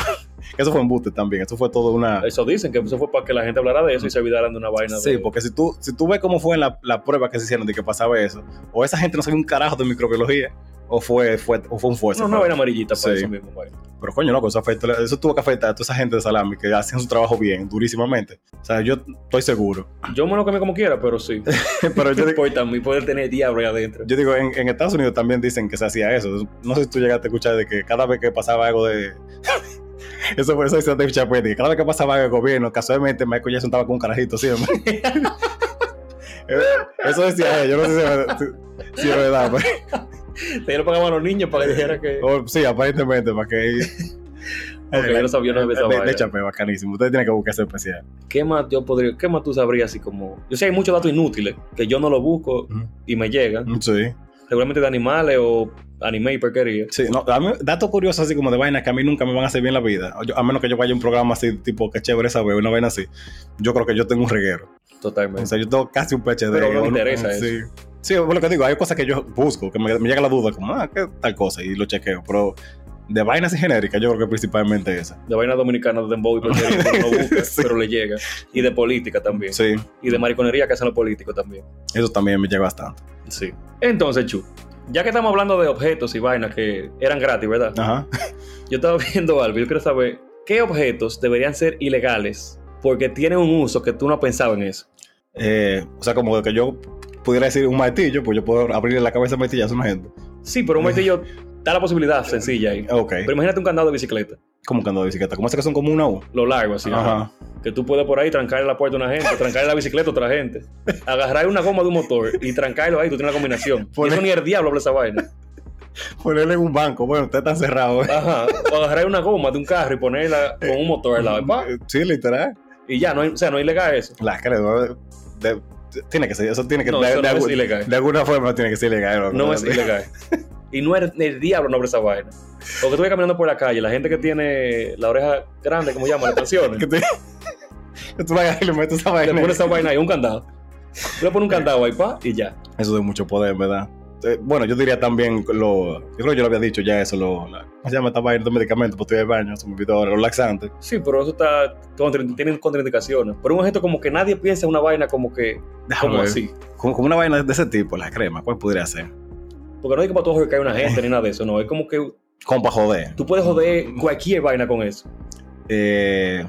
Speaker 2: eso fue embuste también, eso fue todo una...
Speaker 1: Eso dicen que eso fue para que la gente hablara de eso y se olvidaran de una vaina.
Speaker 2: Sí,
Speaker 1: de-
Speaker 2: porque si tú, si tú ves cómo fue en la, la prueba que se hicieron de que pasaba eso, o esa gente no sabía un carajo de microbiología, o fue, fue, o fue un fuerza.
Speaker 1: No, una vaina amarillita para
Speaker 2: pues, Sí.
Speaker 1: eso mismo. vaina.
Speaker 2: Pero coño, loco, eso, afectó, eso tuvo que afectar a toda esa gente de Salami que hacían su trabajo bien, durísimamente. O sea, yo estoy seguro.
Speaker 1: Yo me lo comí como quiera, pero sí.
Speaker 2: Pero yo
Speaker 1: No
Speaker 2: digo,
Speaker 1: importa a mí poder tener diablo ahí adentro.
Speaker 2: yo digo, en, en Estados Unidos también dicen que se hacía eso. No sé si tú llegaste a escuchar de que cada vez que pasaba algo de... Eso por eso dice Dave Chappelle, que cada vez que pasaba algo del gobierno, casualmente Michael Jackson estaba con un carajito siempre. Eh, eso decía él, yo no sé si es verdad. si- si es verdad pero-
Speaker 1: Te lo pagaban a los niños para que dijera que.
Speaker 2: o- sí, aparentemente, para que...
Speaker 1: Ok, yo no sabía, yo no sabía esa
Speaker 2: de,
Speaker 1: vaina.
Speaker 2: de Chappelle, bacanísimo. Ustedes tienen que buscar ese especial.
Speaker 1: ¿Qué más yo podría, qué más tú sabrías así como? Yo sé hay muchos datos inútiles que yo no los busco y me llegan.
Speaker 2: Sí.
Speaker 1: seguramente de animales o anime y porquería.
Speaker 2: Sí, no, a mí- datos curiosos así como de vainas que a mí nunca me van a hacer bien la vida. Yo- a menos que yo vaya a un programa así, tipo, que chévere esa wea, una vaina así. Yo creo que yo tengo un reguero.
Speaker 1: Totalmente.
Speaker 2: O sea, yo tengo casi un PhD.
Speaker 1: Pero no
Speaker 2: O-
Speaker 1: me interesa
Speaker 2: sí. Sí, es lo que digo, hay cosas que yo busco, que me, me llega la duda, como, ah, ¿qué tal cosa? Y lo chequeo. Pero de vainas y genéricas, yo creo que principalmente esa.
Speaker 1: de vaina dominicana de Dembow y porquería que uno no busca,
Speaker 2: Sí.
Speaker 1: pero le llega. Y de política también.
Speaker 2: Sí,
Speaker 1: Y de mariconería que hacen los políticos también.
Speaker 2: eso también me llega bastante.
Speaker 1: Sí. Entonces, Chu, ya que estamos hablando de objetos y vainas que eran gratis, ¿verdad?
Speaker 2: Ajá.
Speaker 1: Yo estaba viendo algo, yo quiero saber qué objetos deberían ser ilegales porque tienen un uso que tú no pensabas en eso.
Speaker 2: Eh, o sea, como que yo pudiera decir un martillo, pues yo puedo abrirle la cabeza a martillazo a una gente.
Speaker 1: Sí, pero un martillo da la posibilidad sencilla ahí.
Speaker 2: Ok.
Speaker 1: Pero imagínate un candado de bicicleta,
Speaker 2: Como que ando de bicicleta. Como esas que son como una U.
Speaker 1: lo largo así.
Speaker 2: Ajá.
Speaker 1: que tú puedes por ahí trancarle la puerta a una gente, trancarle la bicicleta a otra gente, agarrar una goma de un motor y trancarlo ahí, tú tienes la combinación. Y
Speaker 2: Pone-
Speaker 1: eso ni el diablo habla esa vaina.
Speaker 2: Ponerle en un banco. Bueno, usted está cerrado. ¿eh?
Speaker 1: Ajá. O agarrar una goma de un carro y ponerla con un motor al lado. Pa.
Speaker 2: Sí, literal.
Speaker 1: Y ya, no hay, o sea, no es ilegal eso.
Speaker 2: La cara de- de- tiene que ser, eso tiene que
Speaker 1: No,
Speaker 2: de,
Speaker 1: eso
Speaker 2: de
Speaker 1: no es
Speaker 2: algún-
Speaker 1: ilegal.
Speaker 2: de alguna forma tiene que ser ilegal. loco.
Speaker 1: No es ilegal. Y no es el diablo no habla esa vaina. O que tú vas caminando por la calle, la gente que tiene la oreja grande, como llama, las canciones,
Speaker 2: Que tú, que tú vayas y le metes esa vaina.
Speaker 1: le pones esa vaina ahí, un candado. Le pone un candado ahí, pa, y ya.
Speaker 2: Eso de mucho poder, ¿verdad? Eh, Bueno, yo diría también lo. Yo creo que yo lo había dicho ya eso, lo. la- ¿Cómo se llama esta vaina? Estos medicamentos, pues estoy de baño, se me olvidó ahora, los laxantes.
Speaker 1: Sí, pero eso está. Contra, tienen contraindicaciones. Pero un ejemplo como que nadie piensa en una vaina como que.
Speaker 2: Déjame
Speaker 1: Como
Speaker 2: ver.
Speaker 1: así.
Speaker 2: Como, como una vaina de ese tipo, la crema, ¿cuál podría ser?
Speaker 1: Porque no es que para todos que cae una gente ni nada de eso, no. Es como que
Speaker 2: Como para joder.
Speaker 1: tú puedes joder cualquier vaina con eso.
Speaker 2: Eh,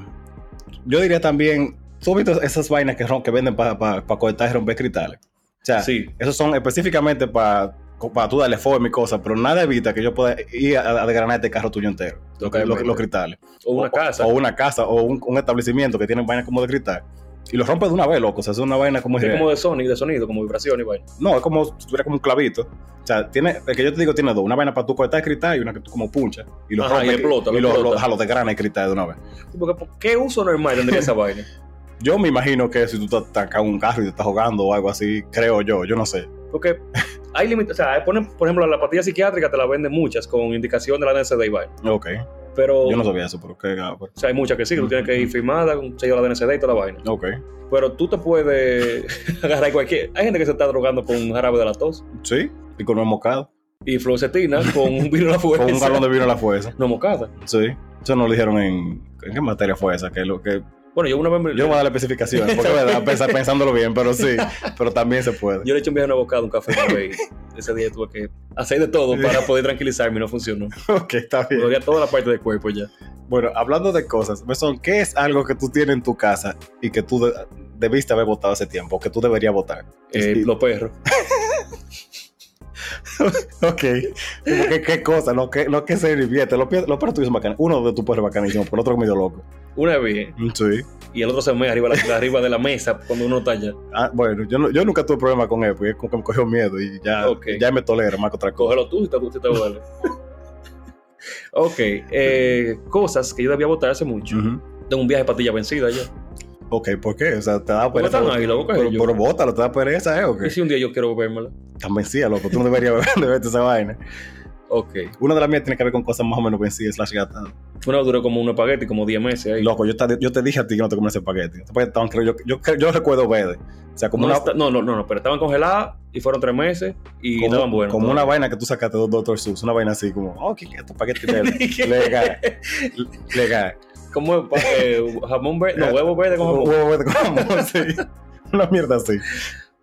Speaker 2: yo diría también, ¿tú has visto esas vainas que, ron- que venden para cortar y romper cristales? O sea,
Speaker 1: Sí.
Speaker 2: esos son específicamente para para tú darle forma y cosas, pero nada evita que yo pueda ir a, a desgranar este carro tuyo entero, lo que- lo-
Speaker 1: Totalmente.
Speaker 2: los, cristales.
Speaker 1: O una casa.
Speaker 2: O una casa, o un, un establecimiento que tiene vainas como de cristal. Y los rompes de una vez, loco. O sea, es una vaina como...
Speaker 1: Es
Speaker 2: irreal.
Speaker 1: como de sonido, de sonido, como vibración y vaina.
Speaker 2: No, es como si tuviera como un clavito. O sea, tiene, el que yo te digo tiene dos. Una vaina para tú cortar el cristal y una que tú como puncha. Y los
Speaker 1: Ajá, y
Speaker 2: rompes
Speaker 1: explota, lo
Speaker 2: y los-
Speaker 1: explota.
Speaker 2: los- ajá, los desgranas el cristal de una vez.
Speaker 1: Porque, ¿Qué uso normal tendría esa vaina?
Speaker 2: Yo me imagino que si tú te atacas un carro y te estás jugando o algo así, creo yo, yo no sé.
Speaker 1: Porque hay límites. O sea, ponen, por ejemplo, la pastilla psiquiátrica te la venden muchas con indicación de la DNCD y vaina.
Speaker 2: Ok.
Speaker 1: Pero,
Speaker 2: Yo no Mm, sabía eso, pero qué gabo.
Speaker 1: o sea, hay muchas que sí, que tú tienes que ir firmada con sello de la DNCD y toda la vaina.
Speaker 2: Ok.
Speaker 1: Pero tú te puedes agarrar cualquier. Hay gente que se está drogando con un jarabe de la tos
Speaker 2: Sí. Y con un mocado.
Speaker 1: y fluoxetina con un vino a la fuerza.
Speaker 2: Con un galón de vino a la fuerza.
Speaker 1: No mocada.
Speaker 2: Sí. Eso no lo dijeron en. ¿En qué materia fue esa? Que lo que.
Speaker 1: Bueno, yo una vez. me-
Speaker 2: Yo no voy a dar la especificación, porque verdad, pens- pensándolo bien, pero sí. Pero también se puede.
Speaker 1: Yo le eché un viaje a una bocada, un café una vez, y Ese día tuve que hacer de todo para poder tranquilizarme y no funcionó.
Speaker 2: Ok, está
Speaker 1: Me
Speaker 2: bien.
Speaker 1: dolía toda la parte del cuerpo ya.
Speaker 2: Bueno, hablando de cosas, Besón, ¿qué es algo que tú tienes en tu casa y que tú de- debiste haber votado hace tiempo, o que tú deberías votar?
Speaker 1: Eh,
Speaker 2: Sí.
Speaker 1: Los perros.
Speaker 2: Ok. Como que, ¿Qué cosa? Lo que, lo que se divierte. Los, pie- los perros tuyos son bacanos. Uno de tus perros es bacanísimo, pero el otro es medio loco.
Speaker 1: Una vez,
Speaker 2: Sí.
Speaker 1: y el otro se me arriba, de la- arriba de la mesa cuando uno está allá.
Speaker 2: Ah, bueno, yo, no- yo nunca tuve problema con él, porque es como que me cogió miedo y ya,
Speaker 1: Ok.
Speaker 2: ya me tolera más que otra cosa.
Speaker 1: Cógelo tú y te gusta y te duele. ok, eh, cosas que yo debía votar hace mucho.
Speaker 2: Ujú.
Speaker 1: Tengo un viaje de patilla vencida ya.
Speaker 2: Ok, ¿por qué? O sea, te da
Speaker 1: ¿Cómo
Speaker 2: pereza.
Speaker 1: están ahí, pues, loco?
Speaker 2: pero,
Speaker 1: Yo-
Speaker 2: pero bótalo, te da pereza, ¿eh? ¿O
Speaker 1: ¿Y
Speaker 2: qué?
Speaker 1: si un día yo quiero bebérmela?
Speaker 2: Tan vencida, loco. Tú no deberías beber- beberte esa vaina.
Speaker 1: Ok.
Speaker 2: Una de las mías tiene que ver con cosas más o menos vencidas, slash gastadas.
Speaker 1: Una duró como un espagueti, como 10 meses ahí.
Speaker 2: Loco, yo te, yo te dije a ti que no te comes ese paquete. Ese paquete estaban, creo yo, yo, creo- yo recuerdo verde. O sea, como
Speaker 1: no,
Speaker 2: una,
Speaker 1: está- no, no, no, no, pero estaban congeladas y fueron 3 meses y
Speaker 2: como,
Speaker 1: estaban buenos.
Speaker 2: como una
Speaker 1: todavía.
Speaker 2: vaina que tú sacaste de Doctor Seuss. Una vaina así como, oh, ¿qué es esto? paquete legal. legal. legal.
Speaker 1: Como eh, jamón verde, no, huevo verde con
Speaker 2: Un
Speaker 1: jamón.
Speaker 2: huevo verde con jamón, sí. Una mierda así.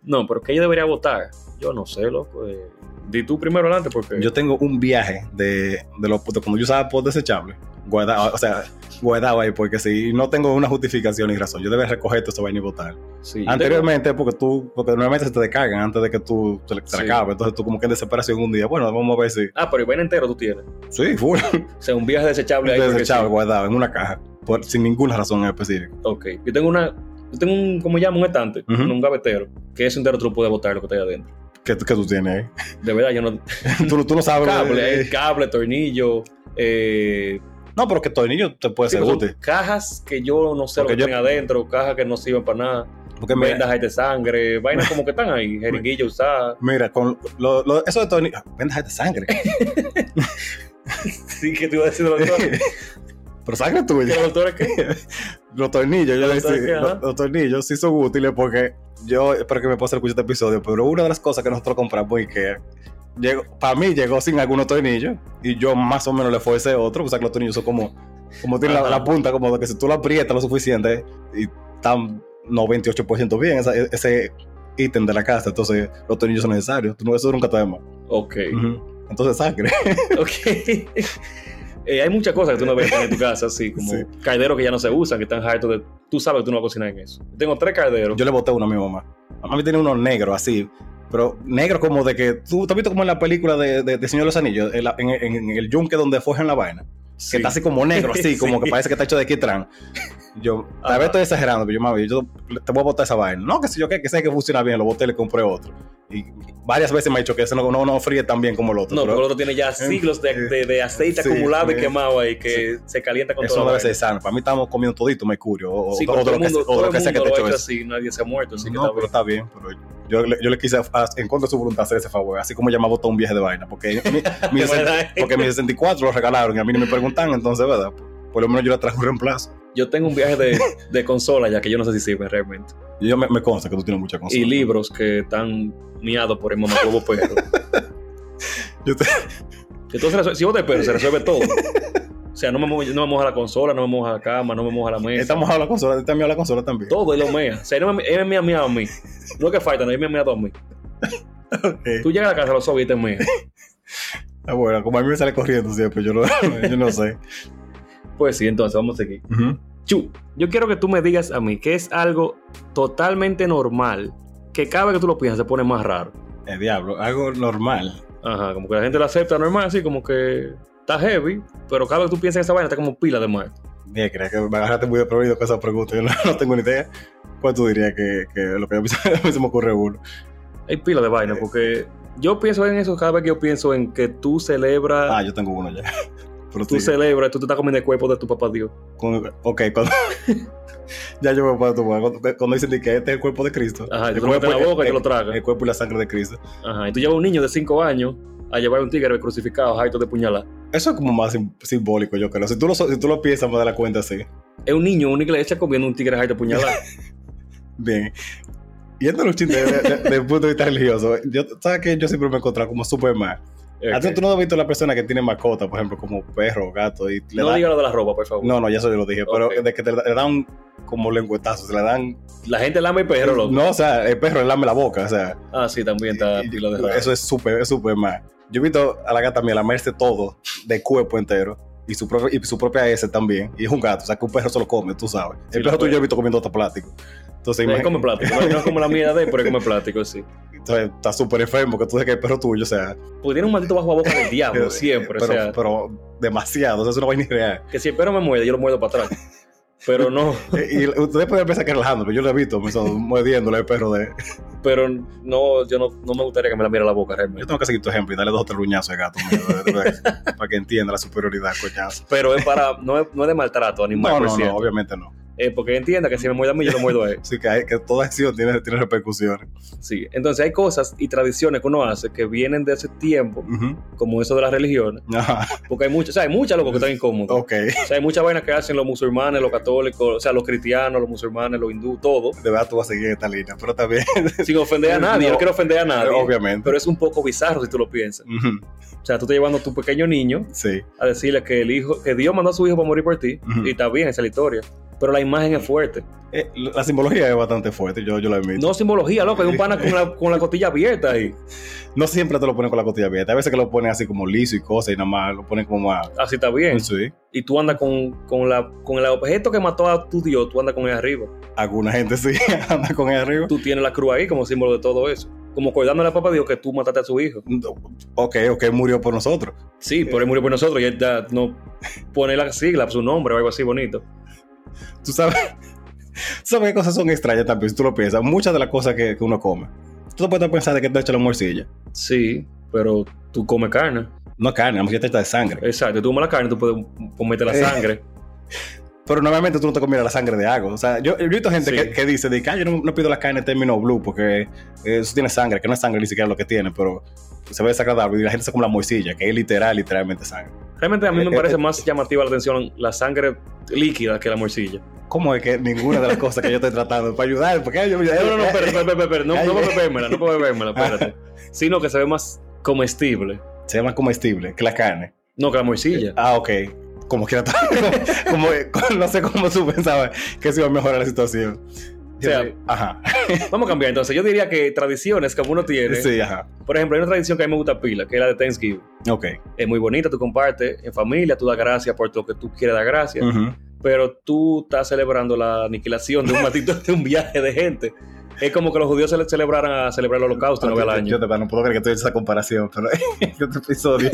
Speaker 1: No, pero ¿qué yo debería votar? Yo no sé, loco. eh. Di tú primero adelante porque...
Speaker 2: Yo tengo un viaje de, de los de cuando yo usaba por desechable. Guardado, o sea, guardado ahí porque si no tengo una justificación ni razón, yo debería recoger toda esa vaina y votar.
Speaker 1: Sí, yo
Speaker 2: Anteriormente, porque tú, porque normalmente se te descargan antes de que tú te, te la
Speaker 1: Sí.
Speaker 2: acabes. Entonces tú como que en desesperación un día, bueno, vamos a ver si.
Speaker 1: tengo- Ah, pero el vaina entero tú tienes.
Speaker 2: Sí, full.
Speaker 1: O sea, un viaje desechable ahí. porque
Speaker 2: Desechado,
Speaker 1: sí.
Speaker 2: guardado en una caja. por- sin ninguna razón en específico.
Speaker 1: Ok. Yo tengo una. Yo tengo un, como llama, un estante,
Speaker 2: Ujú.
Speaker 1: un gavetero, que ese entero tú lo puedes botar lo que está ahí adentro.
Speaker 2: ¿Qué, tú- qué tú tienes
Speaker 1: De verdad, yo no.
Speaker 2: ahí? tú, no- tú no sabes.
Speaker 1: Cable,
Speaker 2: eh,
Speaker 1: hay cable, tornillo, eh.
Speaker 2: No, pero que tornillo te puede
Speaker 1: sí,
Speaker 2: ser
Speaker 1: pues son
Speaker 2: útil.
Speaker 1: cajas que yo no sé
Speaker 2: Porque
Speaker 1: lo que
Speaker 2: yo-
Speaker 1: tienen adentro, cajas que no sirven para nada,
Speaker 2: Porque mira,
Speaker 1: vendajes de sangre, vainas como que están ahí, jeringuillas usadas.
Speaker 2: mira con lo, lo- eso de tornillo. Vendas de sangre.
Speaker 1: Sí, que te iba a decir los doctores.
Speaker 2: pero sangre tuya.
Speaker 1: ¿Los doctores qué?
Speaker 2: Los tornillos, yo
Speaker 1: Los
Speaker 2: le decía,
Speaker 1: tornillos,
Speaker 2: los,
Speaker 1: ajá.
Speaker 2: los tornillos sí son útiles porque yo espero que me pueda escuchar este episodio, pero una de las cosas que nosotros compramos en Ikea, llegó, para mí llegó sin algunos tornillos y yo más o menos le fue ese otro, o sea que los tornillos son como, como tienen la,
Speaker 1: Ajá.
Speaker 2: la punta, como de que si tú la aprietas lo suficiente y están 98% bien esa- ese ítem de la casa, entonces los tornillos son necesarios, tú no eso nunca te da más.
Speaker 1: Ok.
Speaker 2: Ujú. Entonces sangre.
Speaker 1: Ok. Eh, hay muchas cosas que tú no ves en tu casa, así como
Speaker 2: Sí.
Speaker 1: calderos que ya no se usan, que están hartos de. Tú sabes que tú no vas a cocinar en eso. Tengo tres calderos.
Speaker 2: Yo le boté uno a mi mamá. A mí tiene uno negro así, pero negro como de que tú te has visto como en la película de, de, de Señor de los Anillos, en, la- en- en el yunque donde forjan la vaina, que
Speaker 1: Sí.
Speaker 2: está así como negro, así
Speaker 1: Sí.
Speaker 2: como que parece que está hecho de quitrán. Yo, tal
Speaker 1: Ajá.
Speaker 2: vez estoy exagerando, pero yo, mami, yo te voy a botar esa vaina. No, que si yo qué, que sé que funciona bien, lo boté y le compré otro. Y varias veces me ha dicho que ese no, no, no fríe tan bien como el otro.
Speaker 1: No,
Speaker 2: pero
Speaker 1: porque el otro tiene ya siglos de, de- de aceite
Speaker 2: Sí,
Speaker 1: acumulado y
Speaker 2: sí.
Speaker 1: quemado ahí que se calienta con
Speaker 2: eso
Speaker 1: todo.
Speaker 2: no debe ser sano. Para mí estamos comiendo todito mercurio o, o-
Speaker 1: Sí,
Speaker 2: o
Speaker 1: pero
Speaker 2: de
Speaker 1: todo
Speaker 2: lo
Speaker 1: el
Speaker 2: que,
Speaker 1: mundo,
Speaker 2: o de
Speaker 1: todo
Speaker 2: lo que
Speaker 1: el
Speaker 2: sea que
Speaker 1: mundo
Speaker 2: te
Speaker 1: lo ha hecho
Speaker 2: hecho eso.
Speaker 1: así, nadie se ha muerto, así que
Speaker 2: no,
Speaker 1: está
Speaker 2: pero
Speaker 1: bien.
Speaker 2: está bien. Pero yo, le- yo le quise, a- en contra de su voluntad, hacer ese favor. Así como llamaba todo un viaje de vaina. Porque mi, mi
Speaker 1: De
Speaker 2: 60
Speaker 1: verdad,
Speaker 2: porque mi 64 lo regalaron y a mí no me preguntan. Entonces, ¿verdad? Por lo menos yo le traje un reemplazo.
Speaker 1: Yo tengo un viaje de, de consola ya que yo no sé si sirve realmente.
Speaker 2: Yo me, me consta que tú tienes mucha consola.
Speaker 1: Y libros que están miados por el mamá huevo perro.
Speaker 2: Yo te-
Speaker 1: Entonces, resuelve- si vos te perro, se resuelve todo. O sea, no me, mo- no me moja la consola, no me moja la cama, no me moja la mesa.
Speaker 2: Estamos a la consola, él también a la consola también.
Speaker 1: Todo él lo mea. O sea, él, no me, él me ha meado a mí. Lo que falta, no, él me ha meado a mí.
Speaker 2: Ok.
Speaker 1: Tú llegas a la casa, lo sobes y te mea.
Speaker 2: Ah, bueno, como a mí me sale corriendo siempre, yo no, yo no sé.
Speaker 1: Pues sí, entonces vamos a seguir.
Speaker 2: Ujú.
Speaker 1: Chu, yo quiero que tú me digas a mí que es algo totalmente normal, que cada vez que tú lo piensas se pone más raro.
Speaker 2: El Eh, diablo, algo normal.
Speaker 1: Ajá, como que la gente lo acepta normal, así como que está heavy, pero cada vez que tú piensas en esa vaina está como pila de más.
Speaker 2: Mira, crees que me agarraste muy desprevenido con esa pregunta. Yo no, no tengo ni idea. ¿Cuál tú dirías que, que lo que a mí, se- a mí se me ocurre uno?
Speaker 1: Hay pila de vaina, porque yo pienso en eso cada vez que yo pienso en que tú celebras,
Speaker 2: Ah, yo tengo uno ya. Pero
Speaker 1: tú
Speaker 2: sigue.
Speaker 1: celebras, tú te estás comiendo el cuerpo de tu papá Dios.
Speaker 2: Con- ok, cuando. ya yo me puedo tomar. Cuando, cuando dicen de que este es el cuerpo de Cristo.
Speaker 1: Ajá, y
Speaker 2: el
Speaker 1: tú te lo metes
Speaker 2: cuerpo,
Speaker 1: en la boca y te
Speaker 2: el,
Speaker 1: lo tragas.
Speaker 2: el cuerpo y la sangre de Cristo.
Speaker 1: Ajá, y tú llevas un niño de 5 años a llevar un tigre crucificado, jaito de puñalada.
Speaker 2: Eso es como más sim- simbólico, yo creo. Si tú lo, so- si tú lo piensas, me da la cuenta así.
Speaker 1: Es un niño en una iglesia comiendo un tigre jaito de puñalada.
Speaker 2: Bien. Y esto es un chiste desde el punto de vista religioso. Yo, ¿Sabes que Yo siempre me he encontrado como Superman. ¿A ti
Speaker 1: Ok.
Speaker 2: tú no has visto la persona que tiene mascota, por ejemplo, como perro, gato? Y le
Speaker 1: No
Speaker 2: da-
Speaker 1: digas lo de la ropa, por favor.
Speaker 2: No, no, ya eso yo lo dije,
Speaker 1: Ok.
Speaker 2: pero de que te le dan como lengüetazos, le dan...
Speaker 1: La gente lame el perro, loco.
Speaker 2: No, o sea, el perro le lame la boca, o sea,
Speaker 1: Ah, sí, también está
Speaker 2: y-
Speaker 1: pila de raro.
Speaker 2: eso es súper, es súper mal. Yo he visto a la gata mía lamerse todo, de cuerpo entero, y su, propia- y su propia S también, y es un gato, o sea, que un perro se lo come, tú sabes.
Speaker 1: Sí,
Speaker 2: el
Speaker 1: lo
Speaker 2: perro tuyo
Speaker 1: puede.
Speaker 2: yo he visto comiendo hasta plástico. Entonces,
Speaker 1: Él
Speaker 2: imagínate,
Speaker 1: come plástico. No, no es como la mierda de él, pero él come plástico, sí.
Speaker 2: entonces, está súper enfermo, que tú dices que el perro tuyo, o sea... eh,
Speaker 1: Porque tiene un maldito bajo a boca del diablo, siempre.
Speaker 2: Pero,
Speaker 1: o sea,
Speaker 2: pero demasiado, o sea, es una vaina irreal.
Speaker 1: que si el perro me muerde, yo lo muerdo para atrás. Pero no,
Speaker 2: y, y ustedes pueden pensar que relajando, pero yo lo he visto, me son mordiéndole el perro de...
Speaker 1: pero no, yo no, no me gustaría que me la mire la boca
Speaker 2: Yo
Speaker 1: realmente.
Speaker 2: tengo que seguir tu ejemplo y darle dos o tres ruñazos de gato mío, de- de- de- para que entienda la superioridad, coñazo.
Speaker 1: Pero es para, no es, no es de maltrato animal,
Speaker 2: No,
Speaker 1: por
Speaker 2: no, no,
Speaker 1: cierto.
Speaker 2: obviamente no.
Speaker 1: Eh, porque él entienda que si me muerde a mí, yo lo muerdo a él.
Speaker 2: Así que, hay- que toda acción tiene, tiene repercusiones.
Speaker 1: Sí. Entonces hay cosas y tradiciones que uno hace que vienen de ese tiempo,
Speaker 2: Ujú.
Speaker 1: como eso de las religiones.
Speaker 2: Ajá,
Speaker 1: Porque hay muchas, o sea, hay muchas locos que están incómodos.
Speaker 2: ok, de
Speaker 1: O sea, hay muchas vainas que hacen los musulmanes, los católicos, o sea, los cristianos, los musulmanes, los hindú, todo.
Speaker 2: verdad tú vas a seguir en esta línea, pero también,
Speaker 1: Sin ofender a nadie,
Speaker 2: No.
Speaker 1: no, quiero ofender a nadie.
Speaker 2: obviamente.
Speaker 1: Pero es un poco bizarro si tú lo piensas.
Speaker 2: Ujú,
Speaker 1: O sea, tú estás llevando a tu pequeño niño
Speaker 2: Sí,
Speaker 1: a decirle que el hijo, que Dios mandó a su hijo para morir por ti.
Speaker 2: Ujú.
Speaker 1: Y está bien, esa es la historia. Pero la imagen es fuerte.
Speaker 2: Eh, la simbología es bastante fuerte, yo, yo lo admito.
Speaker 1: No simbología, loco. Hay un pana con la, con la costilla abierta ahí.
Speaker 2: No. siempre te lo ponen con la costilla abierta, a veces que lo ponen así como liso y cosas y nada más, lo ponen como más...
Speaker 1: Así está bien.
Speaker 2: Pues Sí,
Speaker 1: Y tú andas con, con, la, con el objeto que mató a tu Dios, tú andas con él arriba.
Speaker 2: alguna gente sí anda con él arriba.
Speaker 1: Tú tienes la cruz ahí como símbolo de todo eso. Como acordándole a papá Dios que tú mataste a su hijo.
Speaker 2: Ok, ok, murió por nosotros.
Speaker 1: Sí, pero él murió por nosotros y él da- no pone la sigla, su nombre o algo así bonito.
Speaker 2: Tú sabes, tú sabes qué cosas son extrañas también, si tú lo piensas. Muchas de las cosas que, que uno come. Tú te puedes pensar de que te echa la morcilla.
Speaker 1: Sí, pero tú comes carne.
Speaker 2: No es carne, la morcilla te echa de sangre.
Speaker 1: Exacto, tú comes la carne, tú puedes comerte la
Speaker 2: Eh.
Speaker 1: sangre.
Speaker 2: Pero normalmente tú no te comieras la sangre de algo. O sea, yo yo he visto gente
Speaker 1: Sí.
Speaker 2: que, que dice de que "Ah, yo no, no pido la carne en término blue porque eh, eso tiene sangre, que no es sangre ni siquiera lo que tiene, pero se ve desagradable y la gente se come la morcilla, que es literal, literalmente sangre.
Speaker 1: Realmente a mí me
Speaker 2: Eh,
Speaker 1: parece
Speaker 2: eh,
Speaker 1: más llamativa la atención la sangre líquida que la morcilla.
Speaker 2: ¿Cómo es que ninguna de las cosas que yo estoy tratando para ayudar? Porque yo, eh, yo-
Speaker 1: No, no, no, espera, espera, espera, espera, no,
Speaker 2: Ay,
Speaker 1: no
Speaker 2: ay.
Speaker 1: para bebérmela, no para bebérmela,
Speaker 2: eh,
Speaker 1: espérate. Sino que se ve más comestible.
Speaker 2: Se llama comestible que la carne.
Speaker 1: No, que la morcilla.
Speaker 2: Ah, ok. Como quiera, como, como- no sé cómo tú pensabas que se iba a mejorar la situación. Yo
Speaker 1: O sea,
Speaker 2: sé- ajá.
Speaker 1: Vamos a cambiar entonces. Yo diría que tradiciones que uno tiene.
Speaker 2: Sí, ajá.
Speaker 1: Por ejemplo, hay una tradición que a mí me gusta pila, que es la de Thanksgiving.
Speaker 2: Ok.
Speaker 1: Es muy bonita, tú compartes en familia, tú das gracias por lo que tú quieres dar gracias.
Speaker 2: Ujú.
Speaker 1: pero tú estás celebrando la aniquilación de un matito de un viaje de gente. Es como que los judíos cele- celebraran a celebrar el holocausto una vez al
Speaker 2: Yo- Yo
Speaker 1: año.
Speaker 2: de verdad no puedo creer que tú hiciste esa comparación, pero este episodio.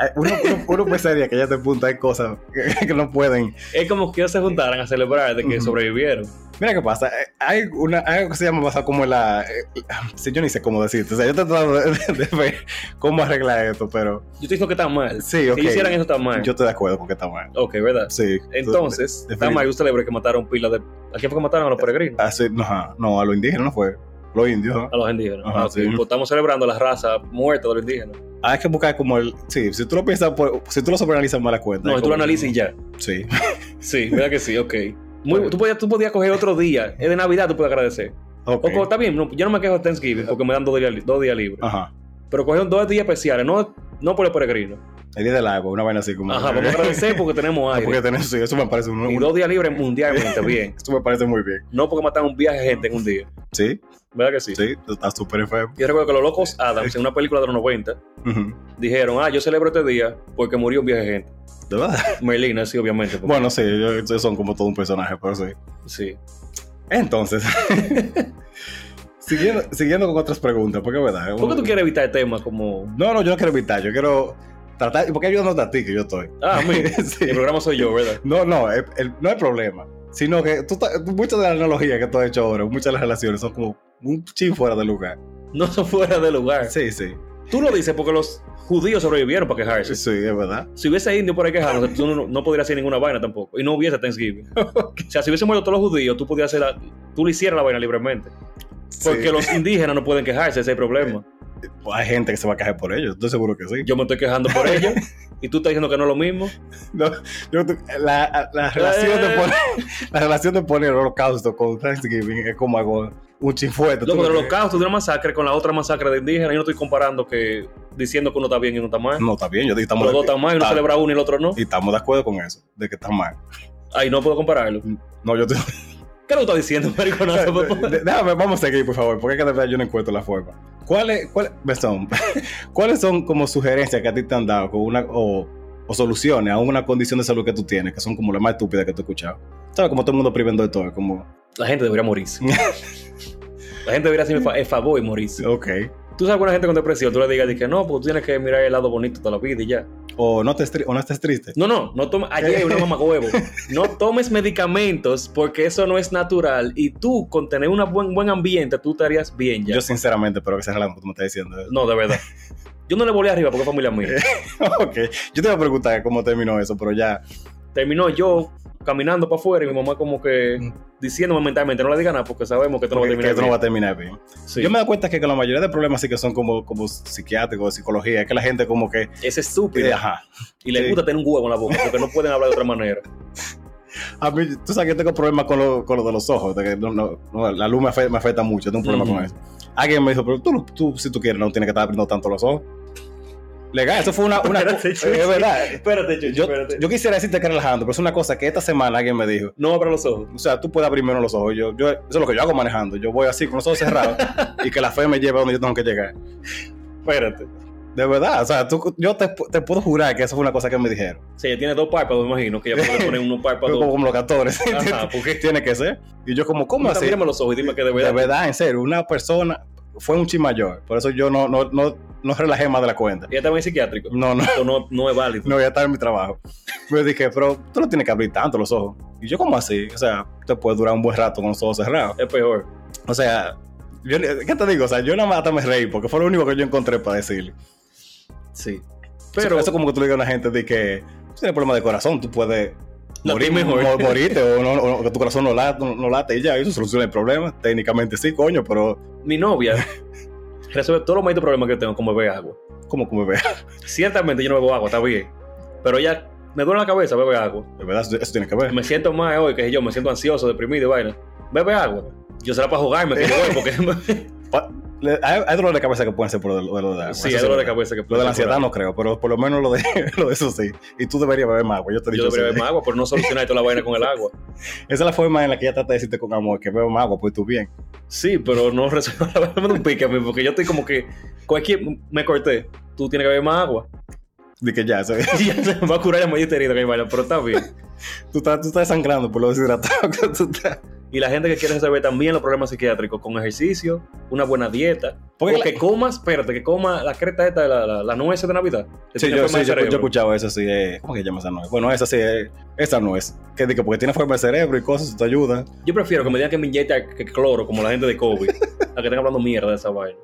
Speaker 2: Ay, Uno, uno, uno pensaría que ya te punta hay cosas que, que no pueden.
Speaker 1: Es como que ellos se juntaran a celebrar de que
Speaker 2: Ujú.
Speaker 1: sobrevivieron.
Speaker 2: Mira qué pasa. eh, Hay, una, hay algo que se llama pasa como la. eh, Sí, yo ni sé cómo decirte. O sea, yo estoy tratando de, de ver cómo arreglar esto, pero.
Speaker 1: Yo te digo que está mal.
Speaker 2: Sí, ok.
Speaker 1: Si hicieran eso está mal.
Speaker 2: Yo estoy de acuerdo con que está mal.
Speaker 1: Ok, ¿verdad?
Speaker 2: Sí.
Speaker 1: Entonces, está
Speaker 2: definit-
Speaker 1: mal. Yo celebré que mataron pila de... ¿A quién fue que mataron? A los peregrinos.
Speaker 2: Así, Ah, no, ajá. no, a los indígenas no fue. Los indios. ¿no?
Speaker 1: A los indígenas.
Speaker 2: Ajá,
Speaker 1: Ah, ok.
Speaker 2: sí.
Speaker 1: Pues estamos celebrando la raza muerta de los indígenas.
Speaker 2: Ah, hay que buscar como el. Sí, si tú lo piensas, por- si tú lo sobreanalizas, mala cuenta.
Speaker 1: No,
Speaker 2: Hay
Speaker 1: tú lo
Speaker 2: como-
Speaker 1: analizas y ya.
Speaker 2: Sí.
Speaker 1: Sí, ¿verdad que sí? Ok. Muy- tú, podías, tú podías coger otro día. Es de Navidad, tú puedes agradecer.
Speaker 2: Ok.
Speaker 1: O co- está bien, no, yo no me quejo de Thanksgiving porque me dan dos días, li- dos días libres.
Speaker 2: Ajá.
Speaker 1: Pero cogieron dos días especiales, no, no por el peregrino.
Speaker 2: El día del agua, una vaina así como.
Speaker 1: Ajá, vamos a agradecer porque tenemos
Speaker 2: Ah,
Speaker 1: aire.
Speaker 2: porque tenés, sí, eso me parece un,
Speaker 1: Y
Speaker 2: un-
Speaker 1: dos días libres mundialmente, bien.
Speaker 2: Esto me parece muy bien.
Speaker 1: No porque matan un viaje de gente en un día.
Speaker 2: Sí,
Speaker 1: ¿Verdad que sí?
Speaker 2: sí, está súper enfermo.
Speaker 1: Yo recuerdo que los locos Adams, en una película de los 90,
Speaker 2: Ujú.
Speaker 1: dijeron, ah, yo celebro este día porque murió un viaje de gente.
Speaker 2: De verdad.
Speaker 1: Merlina, sí, obviamente. porque-
Speaker 2: Bueno, sí, ellos son como todo un personaje, pero sí.
Speaker 1: sí.
Speaker 2: Entonces, siguiendo, siguiendo con otras preguntas, porque es verdad.
Speaker 1: ¿Por qué tú
Speaker 2: uno-
Speaker 1: quieres evitar temas como,
Speaker 2: No, no, yo no quiero evitar, yo quiero tratar. Porque ayudándote a ti que yo estoy.
Speaker 1: ah, mira,
Speaker 2: Sí.
Speaker 1: el programa soy yo, ¿verdad?
Speaker 2: No, no, el- el- no hay problema. Sino que tú, estás- muchas de las analogías que tú has hecho ahora, muchas de las relaciones son como un chin fuera de lugar.
Speaker 1: No son fuera de lugar.
Speaker 2: Sí, sí,
Speaker 1: Tú lo dices porque los judíos sobrevivieron para quejarse.
Speaker 2: sí, es verdad.
Speaker 1: Si hubiese indio por ahí quejándose, tú no, no podrías hacer ninguna vaina tampoco. Y no hubiese Thanksgiving. o sea, si hubiesen muerto todos los judíos, tú podías hacer la, tú le hicieras la vaina libremente. Porque
Speaker 2: Sí.
Speaker 1: los indígenas no pueden quejarse, ese es el problema.
Speaker 2: Hay gente que se va a quejar por ellos, estoy seguro que sí.
Speaker 1: Yo me estoy quejando por ellos y tú estás diciendo que no es lo mismo.
Speaker 2: No, yo- la, la relación de
Speaker 1: Eh.
Speaker 2: poner, la relación de poner el holocausto con Thanksgiving es como algo, un chinfuete.
Speaker 1: Loco,
Speaker 2: tú
Speaker 1: del
Speaker 2: no
Speaker 1: holocausto de una masacre con la otra masacre de indígenas, yo no estoy comparando que diciendo que uno está bien y uno está mal.
Speaker 2: No, está bien, yo digo, estamos
Speaker 1: Los dos
Speaker 2: de,
Speaker 1: están mal, uno
Speaker 2: está-
Speaker 1: celebra uno y el otro no.
Speaker 2: y estamos de acuerdo con eso, de que está mal.
Speaker 1: Ahí no puedo compararlo.
Speaker 2: No, yo te,
Speaker 1: ¿Qué lo estás diciendo, mariconazo?
Speaker 2: De- déjame, vamos a seguir, por favor, porque es que de verdad yo no encuentro la forma. ¿Cuáles cuál, Besón, ¿cuáles son como sugerencias que a ti te han dado con una, o, o soluciones a una condición de salud que tú tienes, que son como las más estúpidas que te he escuchado? ¿Sabes? Como todo el mundo privando de todo, como,
Speaker 1: La gente debería morirse. La gente debería hacerme fa- el favor y morirse.
Speaker 2: ok.
Speaker 1: Tú sabes que una gente con depresión, tú le digas, que no, pues tú tienes que mirar el lado bonito toda la vida y ya.
Speaker 2: O no, te estri- o no estés triste.
Speaker 1: No, no, no tomes, ayer una mamá huevo. No tomes medicamentos porque eso no es natural y tú con tener un buen, buen ambiente, tú estarías bien ya.
Speaker 2: Yo sinceramente espero que sea relajado como tú me estás diciendo.
Speaker 1: No, de verdad. Yo no le volé arriba porque es familia mía.
Speaker 2: Eh. ok. Yo te voy a preguntar cómo terminó eso, pero ya.
Speaker 1: Terminó yo caminando para afuera y mi mamá como que diciéndome mentalmente, no le diga nada porque sabemos que esto no va a
Speaker 2: Mm. porque- que
Speaker 1: terminar
Speaker 2: esto no va
Speaker 1: bien.
Speaker 2: a terminar bien.
Speaker 1: Sí.
Speaker 2: Yo me doy cuenta que la mayoría de problemas sí que son como, como psiquiátricos, psicología, es que la gente como que...
Speaker 1: Es estúpido
Speaker 2: Ajá.
Speaker 1: y le
Speaker 2: sí.
Speaker 1: gusta tener un huevo en la boca porque no pueden hablar de otra manera.
Speaker 2: A mí, tú sabes que tengo problemas con lo, con lo de los ojos, de que no- no- no, la luz me afecta, me afecta mucho, tengo un problema
Speaker 1: Ujú.
Speaker 2: con eso. Alguien me dijo, pero tú, tú, si tú quieres, no tienes que estar abriendo tanto los ojos. Legal, eso fue una... una
Speaker 1: Espérate,
Speaker 2: es
Speaker 1: Chuchi.
Speaker 2: verdad.
Speaker 1: Espérate, Chuchi,
Speaker 2: Yo,
Speaker 1: espérate.
Speaker 2: yo quisiera decirte que relajando, pero es una cosa que esta semana alguien me dijo.
Speaker 1: No abra los ojos.
Speaker 2: O sea, tú puedes abrir menos los ojos. Yo, yo, eso es lo que yo hago manejando. Yo voy así, con los ojos cerrados, y que la fe me lleve a donde yo tengo que llegar.
Speaker 1: Espérate.
Speaker 2: De verdad, o sea, tú- yo te, pu- te puedo jurar que eso fue una cosa que me dijeron.
Speaker 1: Sí, ella tiene dos párpados, me imagino, que ella puede poner unos
Speaker 2: Como,
Speaker 1: párpados.
Speaker 2: como los 14.
Speaker 1: Ajá, porque
Speaker 2: Tiene que ser. Y yo como, ¿cómo así?
Speaker 1: Mírame los ojos y dime que de
Speaker 2: De
Speaker 1: verdad.
Speaker 2: verdad, en serio, una persona fue un chin mayor. Por eso yo no, no, no, no relajé más de la cuenta.
Speaker 1: Ella también es psiquiátrico.
Speaker 2: No, no,
Speaker 1: Esto no, no es válido.
Speaker 2: no voy a estar en mi trabajo. Me dije, pero tú no tienes que abrir tanto los ojos. Y yo, ¿cómo así? O sea, te puede durar un buen rato con los ojos cerrados.
Speaker 1: Es peor.
Speaker 2: O sea, yo, ¿qué te digo? O sea, yo nada más hasta me reí porque fue lo único que yo encontré para decirle.
Speaker 1: Sí.
Speaker 2: Pero
Speaker 1: Pero
Speaker 2: eso como que tú le digas a la gente de que tú tienes problemas de corazón, tú puedes
Speaker 1: Latir
Speaker 2: morir,
Speaker 1: mejor.
Speaker 2: mo- morirte o, no, o no- que tu corazón no late, no, no late y ya, eso soluciona el problema. Técnicamente sí, coño, pero
Speaker 1: mi novia resuelve todos los malditos problemas que yo tengo con beber agua.
Speaker 2: ¿cómo como veas?
Speaker 1: Ciertamente yo no bebo agua, está bien. Pero ella me duele la cabeza, bebe agua.
Speaker 2: De verdad, eso, eso tiene que ver.
Speaker 1: Me siento mal hoy, que yo me siento ansioso, deprimido y vaina. Bebe agua. Yo será para jugarme, que yo voy, porque
Speaker 2: Le- hay, hay dolor de cabeza que pueden ser por lo de, lo de la-
Speaker 1: sí,
Speaker 2: eso
Speaker 1: hay dolor de
Speaker 2: verdad.
Speaker 1: cabeza que
Speaker 2: Lo de la
Speaker 1: puede
Speaker 2: ansiedad no creo, pero por lo menos lo de, lo de eso sí. Y tú deberías beber más agua, yo te he
Speaker 1: Yo
Speaker 2: dicho.
Speaker 1: debería
Speaker 2: sí.
Speaker 1: beber más agua, pero no solucionar toda la vaina con el agua.
Speaker 2: Esa es la forma en la que ella trata de decirte con amor, que beba más agua, pues tú bien.
Speaker 1: Sí, pero no resuelve la vaina de un pique a mí, porque yo estoy como que cualquier me corté, tú tienes que beber más agua.
Speaker 2: De que ya, eso-
Speaker 1: Y ya se me va a curar la maldita herida que hay vaina, pero está bien.
Speaker 2: tú, estás, tú estás sangrando por lo deshidratado que tú estás.
Speaker 1: Y la gente que quiere resolver también los problemas psiquiátricos con ejercicio, una buena dieta.
Speaker 2: Porque
Speaker 1: o
Speaker 2: la-
Speaker 1: que comas, espérate, que coma la creta esta, la, la, la nuez de Navidad. que
Speaker 2: Sí,
Speaker 1: tiene
Speaker 2: yo,
Speaker 1: forma
Speaker 2: sí,
Speaker 1: de
Speaker 2: yo, yo he
Speaker 1: cerebro.
Speaker 2: escuchado eso, sí. eh, ¿Cómo que se llama esa nuez? Bueno, esa sí, eh, esa nuez. Que de que porque tiene forma de cerebro y cosas, te ayuda.
Speaker 1: Yo prefiero que me digan que me inyecta que cloro, como la gente de COVID, a que estén hablando mierda de esa vaina.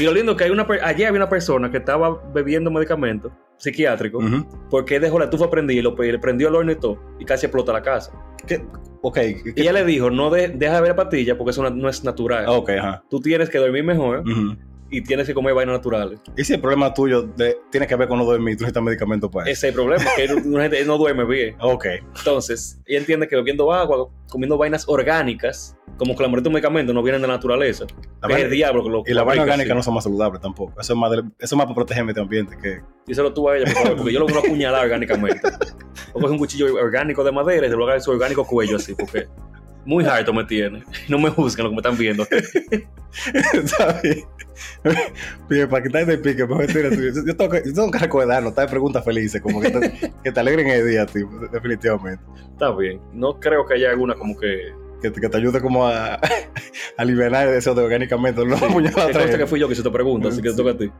Speaker 1: Y lo lindo es que hay una per- ayer había una persona que estaba bebiendo medicamentos psiquiátricos
Speaker 2: Ujú.
Speaker 1: porque dejó la estufa prendida y lo pe- le prendió el horno y todo, y casi explota la casa.
Speaker 2: ¿Qué? Ok. ¿qué-
Speaker 1: Y ella
Speaker 2: Oh.
Speaker 1: le dijo, no de- deja de ver la pastilla porque eso na- no es natural.
Speaker 2: Ok, ajá. Mm.
Speaker 1: Tú tienes que dormir mejor,
Speaker 2: Ujú.
Speaker 1: y tienes que comer vainas naturales.
Speaker 2: Y si el problema tuyo de- tiene que ver con no dormir, tú necesitas este medicamento para eso.
Speaker 1: Ese es el problema, que él- una gente él no duerme bien.
Speaker 2: Ok.
Speaker 1: Entonces, ella entiende que bebiendo agua, comiendo vainas orgánicas, como que la mayoría de los medicamentos no vienen de la naturaleza.
Speaker 2: La
Speaker 1: Que es el
Speaker 2: vaina-
Speaker 1: diablo que lo
Speaker 2: y la vaina
Speaker 1: fabrica,
Speaker 2: orgánica
Speaker 1: sí.
Speaker 2: no son más saludables tampoco. Eso es más, del- eso es más para proteger el medio ambiente que
Speaker 1: Díselo tú a ella, por favor, porque yo lo voy a apuñalar orgánicamente. O coge un cuchillo orgánico de madera y se lo haga en su orgánico cuello así, porque muy harto me tiene. No me juzguen lo que me están viendo.
Speaker 2: Está bien. Bien, para quitar de pique, mejor tira tú. Yo tengo que, yo tengo que recordarlo, está de preguntas felices, como que te, que te alegren el día, tipo, definitivamente.
Speaker 1: Está bien. No creo que haya alguna como que...
Speaker 2: Que, te- que te ayude como a, a liberar el deseo de orgánicamente. No, puñalada
Speaker 1: Te
Speaker 2: atrás.
Speaker 1: consta que fui yo que se te pregunta, así que te toca a ti.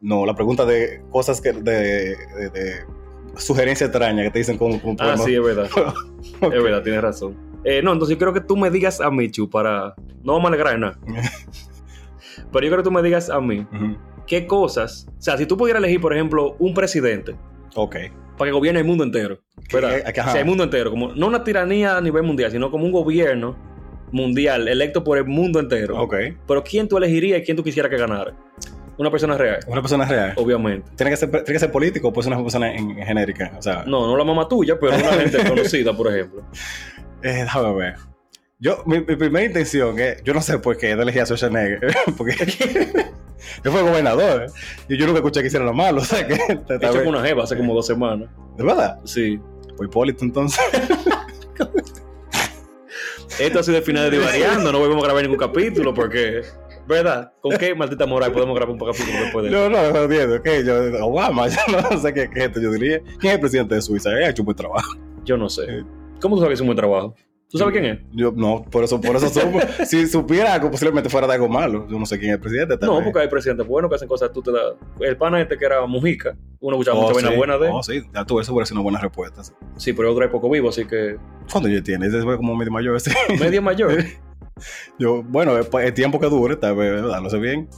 Speaker 2: No, la pregunta de cosas que, de, de, de sugerencia extraña que te dicen como, como
Speaker 1: Ah, sí, es verdad.
Speaker 2: Ok.
Speaker 1: Es verdad, tienes razón. Eh, no, entonces yo creo que tú me digas a mí, Chu, para... No vamos a alegrar en nada. Pero yo creo que tú me digas a mí
Speaker 2: Ujú.
Speaker 1: qué cosas... O sea, si tú pudieras elegir, por ejemplo, un presidente
Speaker 2: Ok.
Speaker 1: para que gobierne el mundo entero. ¿verdad?
Speaker 2: Que- que- ajá.
Speaker 1: O sea, el mundo entero. Como, no una tiranía a nivel mundial, sino como un gobierno mundial electo por el mundo entero.
Speaker 2: Ok.
Speaker 1: Pero ¿quién tú elegirías y quién tú quisieras que ganara? Una persona real,
Speaker 2: Una persona real.
Speaker 1: obviamente.
Speaker 2: ¿Tiene que, ser, ¿Tiene que ser político o puede ser una persona en- en genérica? O sea,
Speaker 1: No, no la mamá tuya, pero una gente conocida, por ejemplo.
Speaker 2: Eh, déjame ver. Yo, mi, mi primera intención es, yo no sé por qué no elegí a Schwarzenegger, porque yo fui gobernador ¿eh? y yo nunca escuché que hicieran lo malo, o sea que... tal
Speaker 1: He hecho
Speaker 2: vez-
Speaker 1: con una jeva hace como dos semanas.
Speaker 2: ¿De verdad?
Speaker 1: Sí.
Speaker 2: Pues Hipólito entonces.
Speaker 1: Esto ha sido el final de Divariando. No volvemos a grabar ningún capítulo porque... ¿Verdad? ¿Con qué maldita moral podemos grabar un capítulo después de
Speaker 2: No, no, no entiendo, que yo, Obama, yo no sé qué, qué es esto, yo diría, ¿quién es el presidente de Suiza? Él ha hecho un buen trabajo.
Speaker 1: Yo no sé. ¿Cómo tú sabes que es un buen trabajo? ¿Tú sabes quién es?
Speaker 2: Yo, no, por eso, por eso supo. si supiera algo, posiblemente fuera de algo malo, yo no sé quién es el presidente. tal
Speaker 1: No,
Speaker 2: vez.
Speaker 1: porque hay presidentes buenos que hacen cosas, tú te la... El pana este que era Mujica, uno escuchaba
Speaker 2: Oh,
Speaker 1: mucha vaina
Speaker 2: sí.
Speaker 1: buena de él.
Speaker 2: Oh, sí, ya tuve eso, hubiera sido una buena respuesta. sí.
Speaker 1: Sí, pero otro es poco vivo, así que...
Speaker 2: ¿Cuándo yo tiene? Ese fue como medio mayor, sí.
Speaker 1: Medio mayor.
Speaker 2: Yo, bueno, el, el tiempo que dure, tal vez, ¿verdad? Lo sé bien.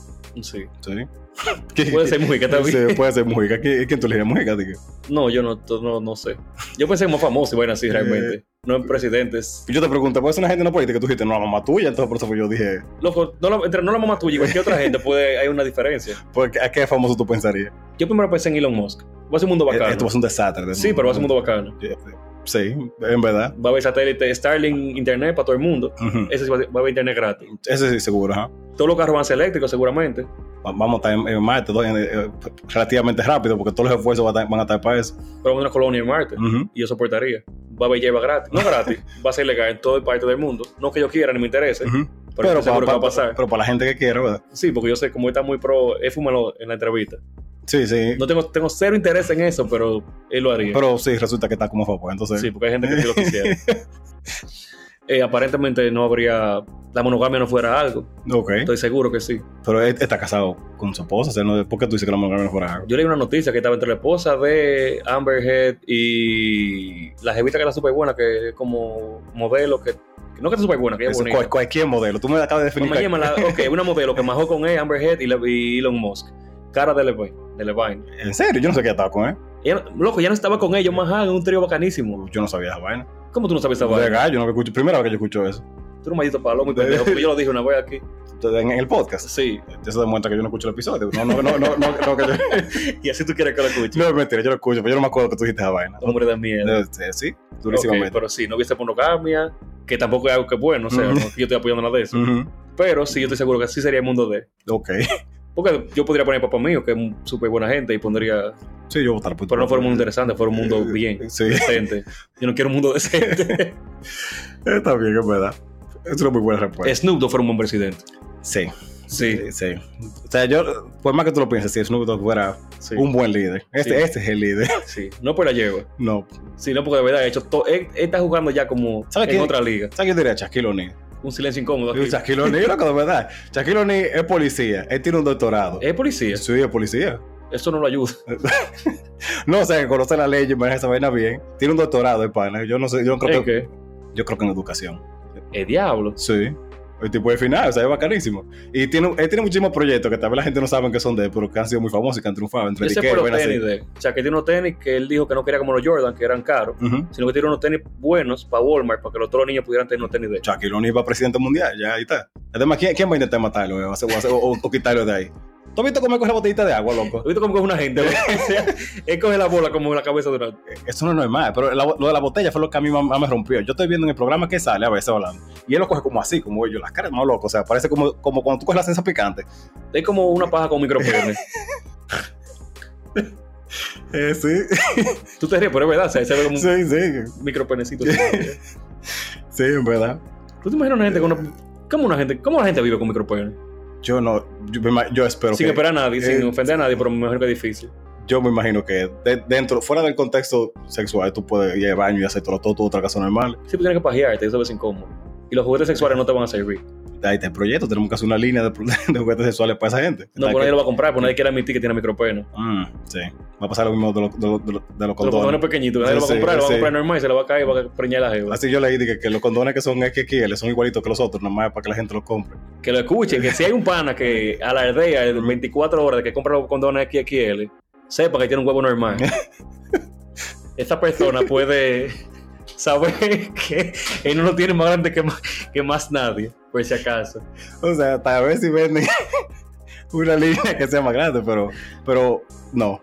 Speaker 1: Sí.
Speaker 2: Sí.
Speaker 1: Puede ser Mujica también.
Speaker 2: Sí, puede ser Mujica. ¿Qui- ¿Quién tú elegirías Mujica? Dije,
Speaker 1: No, yo no, to- no, no sé. Yo pensé como famoso y vaina así realmente. No en presidentes.
Speaker 2: Yo te pregunto, ¿puede ser una gente no política? Tú dijiste, no, la mamá tuya. Entonces, por eso fue yo dije,
Speaker 1: Loco, no la, entre no la mamá tuya y cualquier otra gente puede... Hay una diferencia.
Speaker 2: ¿por qué- "Pues, ¿a qué famoso tú pensarías?
Speaker 1: Yo primero pensé en Elon Musk. Va a ser un mundo
Speaker 2: Eh, Esto va
Speaker 1: bacano.
Speaker 2: a ser un desastre.
Speaker 1: Sí, pero va a ser un mundo bacano.
Speaker 2: Sí, en verdad.
Speaker 1: Va a haber satélite Starlink, internet para todo el mundo.
Speaker 2: Ujú.
Speaker 1: Ese sí va a va a haber internet gratis.
Speaker 2: Ese sí, seguro, ajá.
Speaker 1: Todos los carros van a ser eléctricos seguramente.
Speaker 2: Va- Vamos a estar en, en Marte dos- en- eh, relativamente rápido porque todos los esfuerzos van a estar, van a estar para eso.
Speaker 1: Pero vamos a una colonia en Marte.
Speaker 2: Ujú.
Speaker 1: y yo soportaría. Va a haber lleva gratis. No gratis, va a ser legal en toda parte del mundo. No que yo quiera ni me interese,
Speaker 2: Ujú.
Speaker 1: pero,
Speaker 2: Pero,
Speaker 1: estoy seguro
Speaker 2: para,
Speaker 1: que va a pasar.
Speaker 2: pero para la gente que quiera, ¿verdad?
Speaker 1: sí, porque yo sé, como está muy pro, es fumalo en la entrevista.
Speaker 2: Sí, sí.
Speaker 1: No tengo, tengo cero interés en eso, pero él lo haría.
Speaker 2: Pero sí, resulta que está como favor. Entonces,
Speaker 1: sí, porque hay gente que sí lo quisiera. Eh, aparentemente no habría, la monogamia no fuera algo.
Speaker 2: ok.
Speaker 1: Estoy seguro que sí.
Speaker 2: Pero él está casado con su esposa, o sea, no, ¿por qué tú dices que la mujer no fuera algo?
Speaker 1: Yo leí una noticia que estaba entre la esposa de Amber Heard y la jevita que era súper buena, que es como modelo, que que no que es súper buena, que ella es
Speaker 2: Eso,
Speaker 1: bonita.
Speaker 2: cual- cualquier modelo, tú me acabas de definir.
Speaker 1: Mamá,
Speaker 2: cual-
Speaker 1: llámala, ok, una modelo que majó con él, Amber Heard y, la- y Elon Musk. Cara de Levine. De Levine.
Speaker 2: En serio, yo no sé qué estaba con él.
Speaker 1: Ella no- loco, ya no estaba con ellos, majá, en un trío bacanísimo.
Speaker 2: Yo no sabía esa vaina.
Speaker 1: ¿Cómo tú no sabes esa
Speaker 2: De
Speaker 1: vaina?
Speaker 2: gallo, no me escucho. Primera vez que yo escucho eso.
Speaker 1: Tú eres un maldito palomo y pendejo, porque yo lo dije una vez aquí.
Speaker 2: Entonces, en, en el podcast.
Speaker 1: Sí,
Speaker 2: Eso demuestra que yo no escucho el episodio. No, no, no, no, no, no, que yo-
Speaker 1: y así tú quieres que lo escuche.
Speaker 2: no es mentira, yo lo escucho, pero yo no me acuerdo que tú dijiste esa vaina.
Speaker 1: Hombre de mierda.
Speaker 2: Eh, sí, Sí,
Speaker 1: Ok,
Speaker 2: durísimamente.
Speaker 1: pero sí, no viste monogamia, que tampoco es algo que es bueno, o sea,
Speaker 2: Mm.
Speaker 1: no es que yo estoy apoyando nada de eso.
Speaker 2: Ujú.
Speaker 1: Pero sí, yo estoy seguro que sí sería el mundo de él.
Speaker 2: Ok.
Speaker 1: Porque yo podría poner a papá mío, que es un súper buena gente, y pondría.
Speaker 2: Sí, yo votaré por Eh,
Speaker 1: Pero no fuera un mundo interesante, fuera un mundo bien,
Speaker 2: Sí,
Speaker 1: decente. Yo no quiero un mundo decente.
Speaker 2: está bien, es verdad. Es una muy buena respuesta.
Speaker 1: Snoop Dogg fuera un buen presidente.
Speaker 2: Sí,
Speaker 1: Sí,
Speaker 2: sí, sí. O sea, yo, por más que tú lo pienses, si Snoop Dogg fuera
Speaker 1: sí.
Speaker 2: un buen líder, este,
Speaker 1: Sí.
Speaker 2: este es el líder.
Speaker 1: sí. No por la lleva,
Speaker 2: No.
Speaker 1: sino porque de verdad ha hecho todo. Él, él está jugando ya como
Speaker 2: ¿Sabe
Speaker 1: en
Speaker 2: quién?
Speaker 1: otra liga.
Speaker 2: ¿Sabes qué diría Shaquille O'Neal?
Speaker 1: Un silencio incómodo. aquí.
Speaker 2: Shaquille O'Neal, loco, de verdad. Shaquille O'Neal es policía. Él tiene un doctorado.
Speaker 1: Es policía.
Speaker 2: Sí, es policía.
Speaker 1: Eso no lo ayuda.
Speaker 2: No, o sea, que conoce la ley y maneja esa vaina bien. Tiene eh,
Speaker 1: Eh,
Speaker 2: un doctorado, el pana. Yo no sé, yo no creo
Speaker 1: ¿Es
Speaker 2: que,
Speaker 1: qué?
Speaker 2: yo creo que en educación.
Speaker 1: Es diablo.
Speaker 2: Sí. El tipo de final, o sea, es bacanísimo. Y tiene, él tiene muchísimos proyectos que tal vez la gente no sabe que son de él, pero que han sido muy famosos y que han triunfado. Entre
Speaker 1: Ese
Speaker 2: Dikembe,
Speaker 1: fue los
Speaker 2: vainas así.
Speaker 1: tenis de. O sea, que tiene unos tenis que él dijo que no quería como los Jordan, que eran caros,
Speaker 2: Ujú.
Speaker 1: sino que tiene unos tenis buenos para Walmart, para que los otros niños pudieran tener unos tenis de.
Speaker 2: Shaquille O'Neal va presidente mundial, ya ahí está. Además, ¿quién, quién va a intentar matarlo eh? o, hacer- o hacer- o- o quitarlo de ahí? ¿Tú has visto cómo él coge la botellita de agua, loco?
Speaker 1: ¿Has visto cómo coge una gente? O sea, él coge la bola como en la cabeza de una.
Speaker 2: Eso no es normal, pero la- lo de la botella fue lo que a mí más, más me rompió. Yo estoy viendo en el programa que sale a veces hablando, y él lo coge como así, como yo, las caras más loco, o sea, parece como, como cuando tú coges la salsa picante.
Speaker 1: Es como una paja con micropene.
Speaker 2: Eh, sí,
Speaker 1: Tú te ríes, pero es verdad, o sea, se ve como un
Speaker 2: sí, sí,
Speaker 1: micropenecito.
Speaker 2: sí, en verdad.
Speaker 1: ¿Tú te imaginas una gente con una. ¿Cómo, una gente, ¿Cómo la gente vive con micropene?
Speaker 2: Yo no, yo, me ima- yo espero
Speaker 1: sin
Speaker 2: que,
Speaker 1: esperar a nadie, sin
Speaker 2: eh,
Speaker 1: ofender a nadie, pero me imagino que es difícil.
Speaker 2: yo me imagino que de- dentro, fuera del contexto sexual, tú puedes ir al baño y hacer todo, todo, todo otra cosa normal.
Speaker 1: Sí, tú tienes que pajearte, eso es incómodo. Y los juguetes sexuales no te van a servir.
Speaker 2: Ahí está el proyecto, tenemos que hacer una línea de, de juguetes sexuales para esa gente.
Speaker 1: No, por
Speaker 2: Está que-
Speaker 1: nadie lo va a comprar, porque nadie quiere admitir que tiene micropene.
Speaker 2: Mm, sí. Va a pasar lo mismo de, lo- de lo- de lo- de los
Speaker 1: Los condones
Speaker 2: condones.
Speaker 1: pequeñitos, nadie lo va a
Speaker 2: Sí,
Speaker 1: comprar,
Speaker 2: sí,
Speaker 1: lo va a
Speaker 2: sí.
Speaker 1: comprar normal y se le va a caer y va a preñar la jeva.
Speaker 2: Así yo leí dije, que los condones que son XXL son igualitos que los otros, nomás para que la gente los compre.
Speaker 1: Que lo escuchen, que si hay un pana que alardea en 24 horas de que compra los condones XXL, sepa que tiene un huevo normal. Esta persona puede saber que él no lo tiene más grande que más, que más nadie, por si acaso.
Speaker 2: O sea, tal vez si venden una línea que sea más grande, pero, pero no.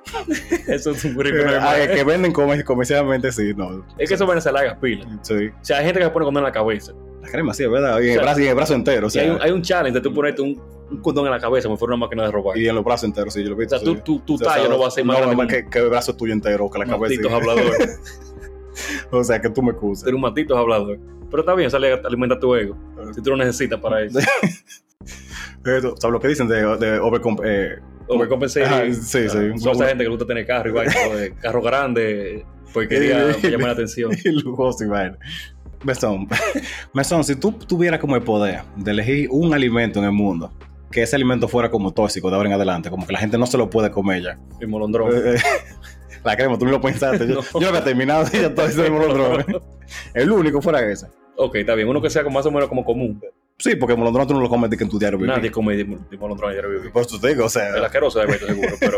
Speaker 1: Eso es un currículum
Speaker 2: Eh,
Speaker 1: normal.
Speaker 2: ah, que venden comer- comercialmente, sí, no.
Speaker 1: Es que eso van a ser largas pilas.
Speaker 2: Sí.
Speaker 1: O sea, hay gente que se pone condón en la cabeza.
Speaker 2: La crema, sí, es verdad. Y en,
Speaker 1: O sea,
Speaker 2: el brazo, y en el brazo entero, o
Speaker 1: y hay
Speaker 2: sea.
Speaker 1: un, hay un challenge de tú ponerte un, un condón en la cabeza como si fuera una máquina de robar.
Speaker 2: Y en los brazos enteros, sí, yo lo vi.
Speaker 1: o sea, tú, tú, tu tallo no va a ser más
Speaker 2: no,
Speaker 1: grande
Speaker 2: más
Speaker 1: que
Speaker 2: que, que el brazo tuyo entero, que la
Speaker 1: un
Speaker 2: cabeza.
Speaker 1: maldito hablador.
Speaker 2: O sea, que tú me excuses.
Speaker 1: Ser un maldito hablador. Pero está bien, sale, alimenta tu ego. Si tú lo necesitas para eso.
Speaker 2: Eso, ¿Sabes lo que dicen de, de overcomp- eh,
Speaker 1: O me compensé.
Speaker 2: Ajá, Ah, sí, sí.
Speaker 1: Son esa gente que le gusta tener carro y vaina, ¿no? De carro grande, porquería,
Speaker 2: Sí, sí.
Speaker 1: para llamar la atención.
Speaker 2: y lujoso y vaina. Mesón, Mesón, si tú tuvieras como el poder de elegir un alimento en el mundo, que ese alimento fuera como tóxico de ahora en adelante, como que la gente no se lo puede comer ya.
Speaker 1: Y molondrón.
Speaker 2: Eh, eh, la crema, tú no lo pensaste. Yo,
Speaker 1: No.
Speaker 2: yo había terminado y ya todo ese molondrón. eh. el único fuera ese.
Speaker 1: ok, está bien. Uno que sea como más o menos como común.
Speaker 2: Sí, porque el molondrón tú no lo comes de que en tu diario vivir.
Speaker 1: Nadie come de, de molondrón y de bibi.
Speaker 2: Por eso te digo, o
Speaker 1: El
Speaker 2: sea,
Speaker 1: asqueroso de Beto, seguro, pero...